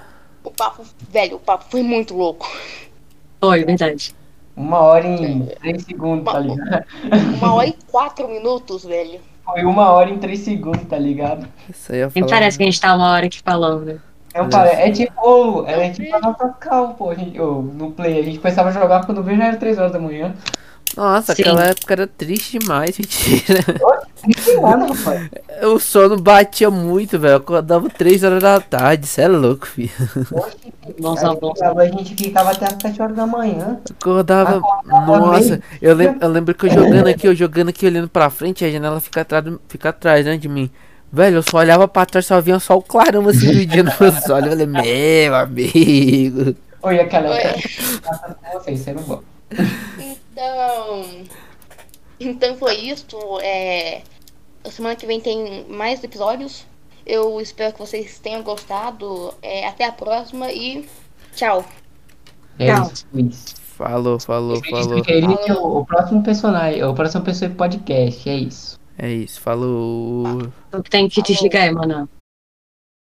o papo, velho, o papo foi muito louco. Foi, verdade. Uma hora em 3 segundos, tá ligado? Uma hora e quatro minutos, velho. Foi uma hora em 3 segundos, tá ligado? Isso aí eu Nem falo- parece que a gente tá uma hora aqui falando. Não, pare- é tipo, é tipo a nossa cal, pô. a gente- ô, no play, a gente pensava jogar quando veio já era 3 horas da manhã. Nossa, Sim. aquela época era triste demais, mentira. Não nada, rapaz. O sono batia muito, velho. Eu acordava 3 horas da tarde, cê é louco, filho. Bons Aí, bons. A gente ficava até as 7 horas da manhã. Acordava. Nossa, eu, lem- eu lembro que eu jogando aqui, eu jogando aqui, olhando pra frente, a janela fica atrás, do- fica atrás né, de mim. Velho, eu só olhava pra trás, só via só o clarão assim do dia nos meus olhos. Eu falei, meu amigo. Oi, aquela. Ué. Vocês, você não gosta. Então. Então foi isso. É, semana que vem tem mais episódios. Eu espero que vocês tenham gostado. É, até a próxima e tchau. É Tchau. isso, isso. Falou, falou, falou. Ele que é o, o próximo personagem, o próximo pessoa é podcast, é isso. É isso, falou. Tu que tem que desligar aí, mano.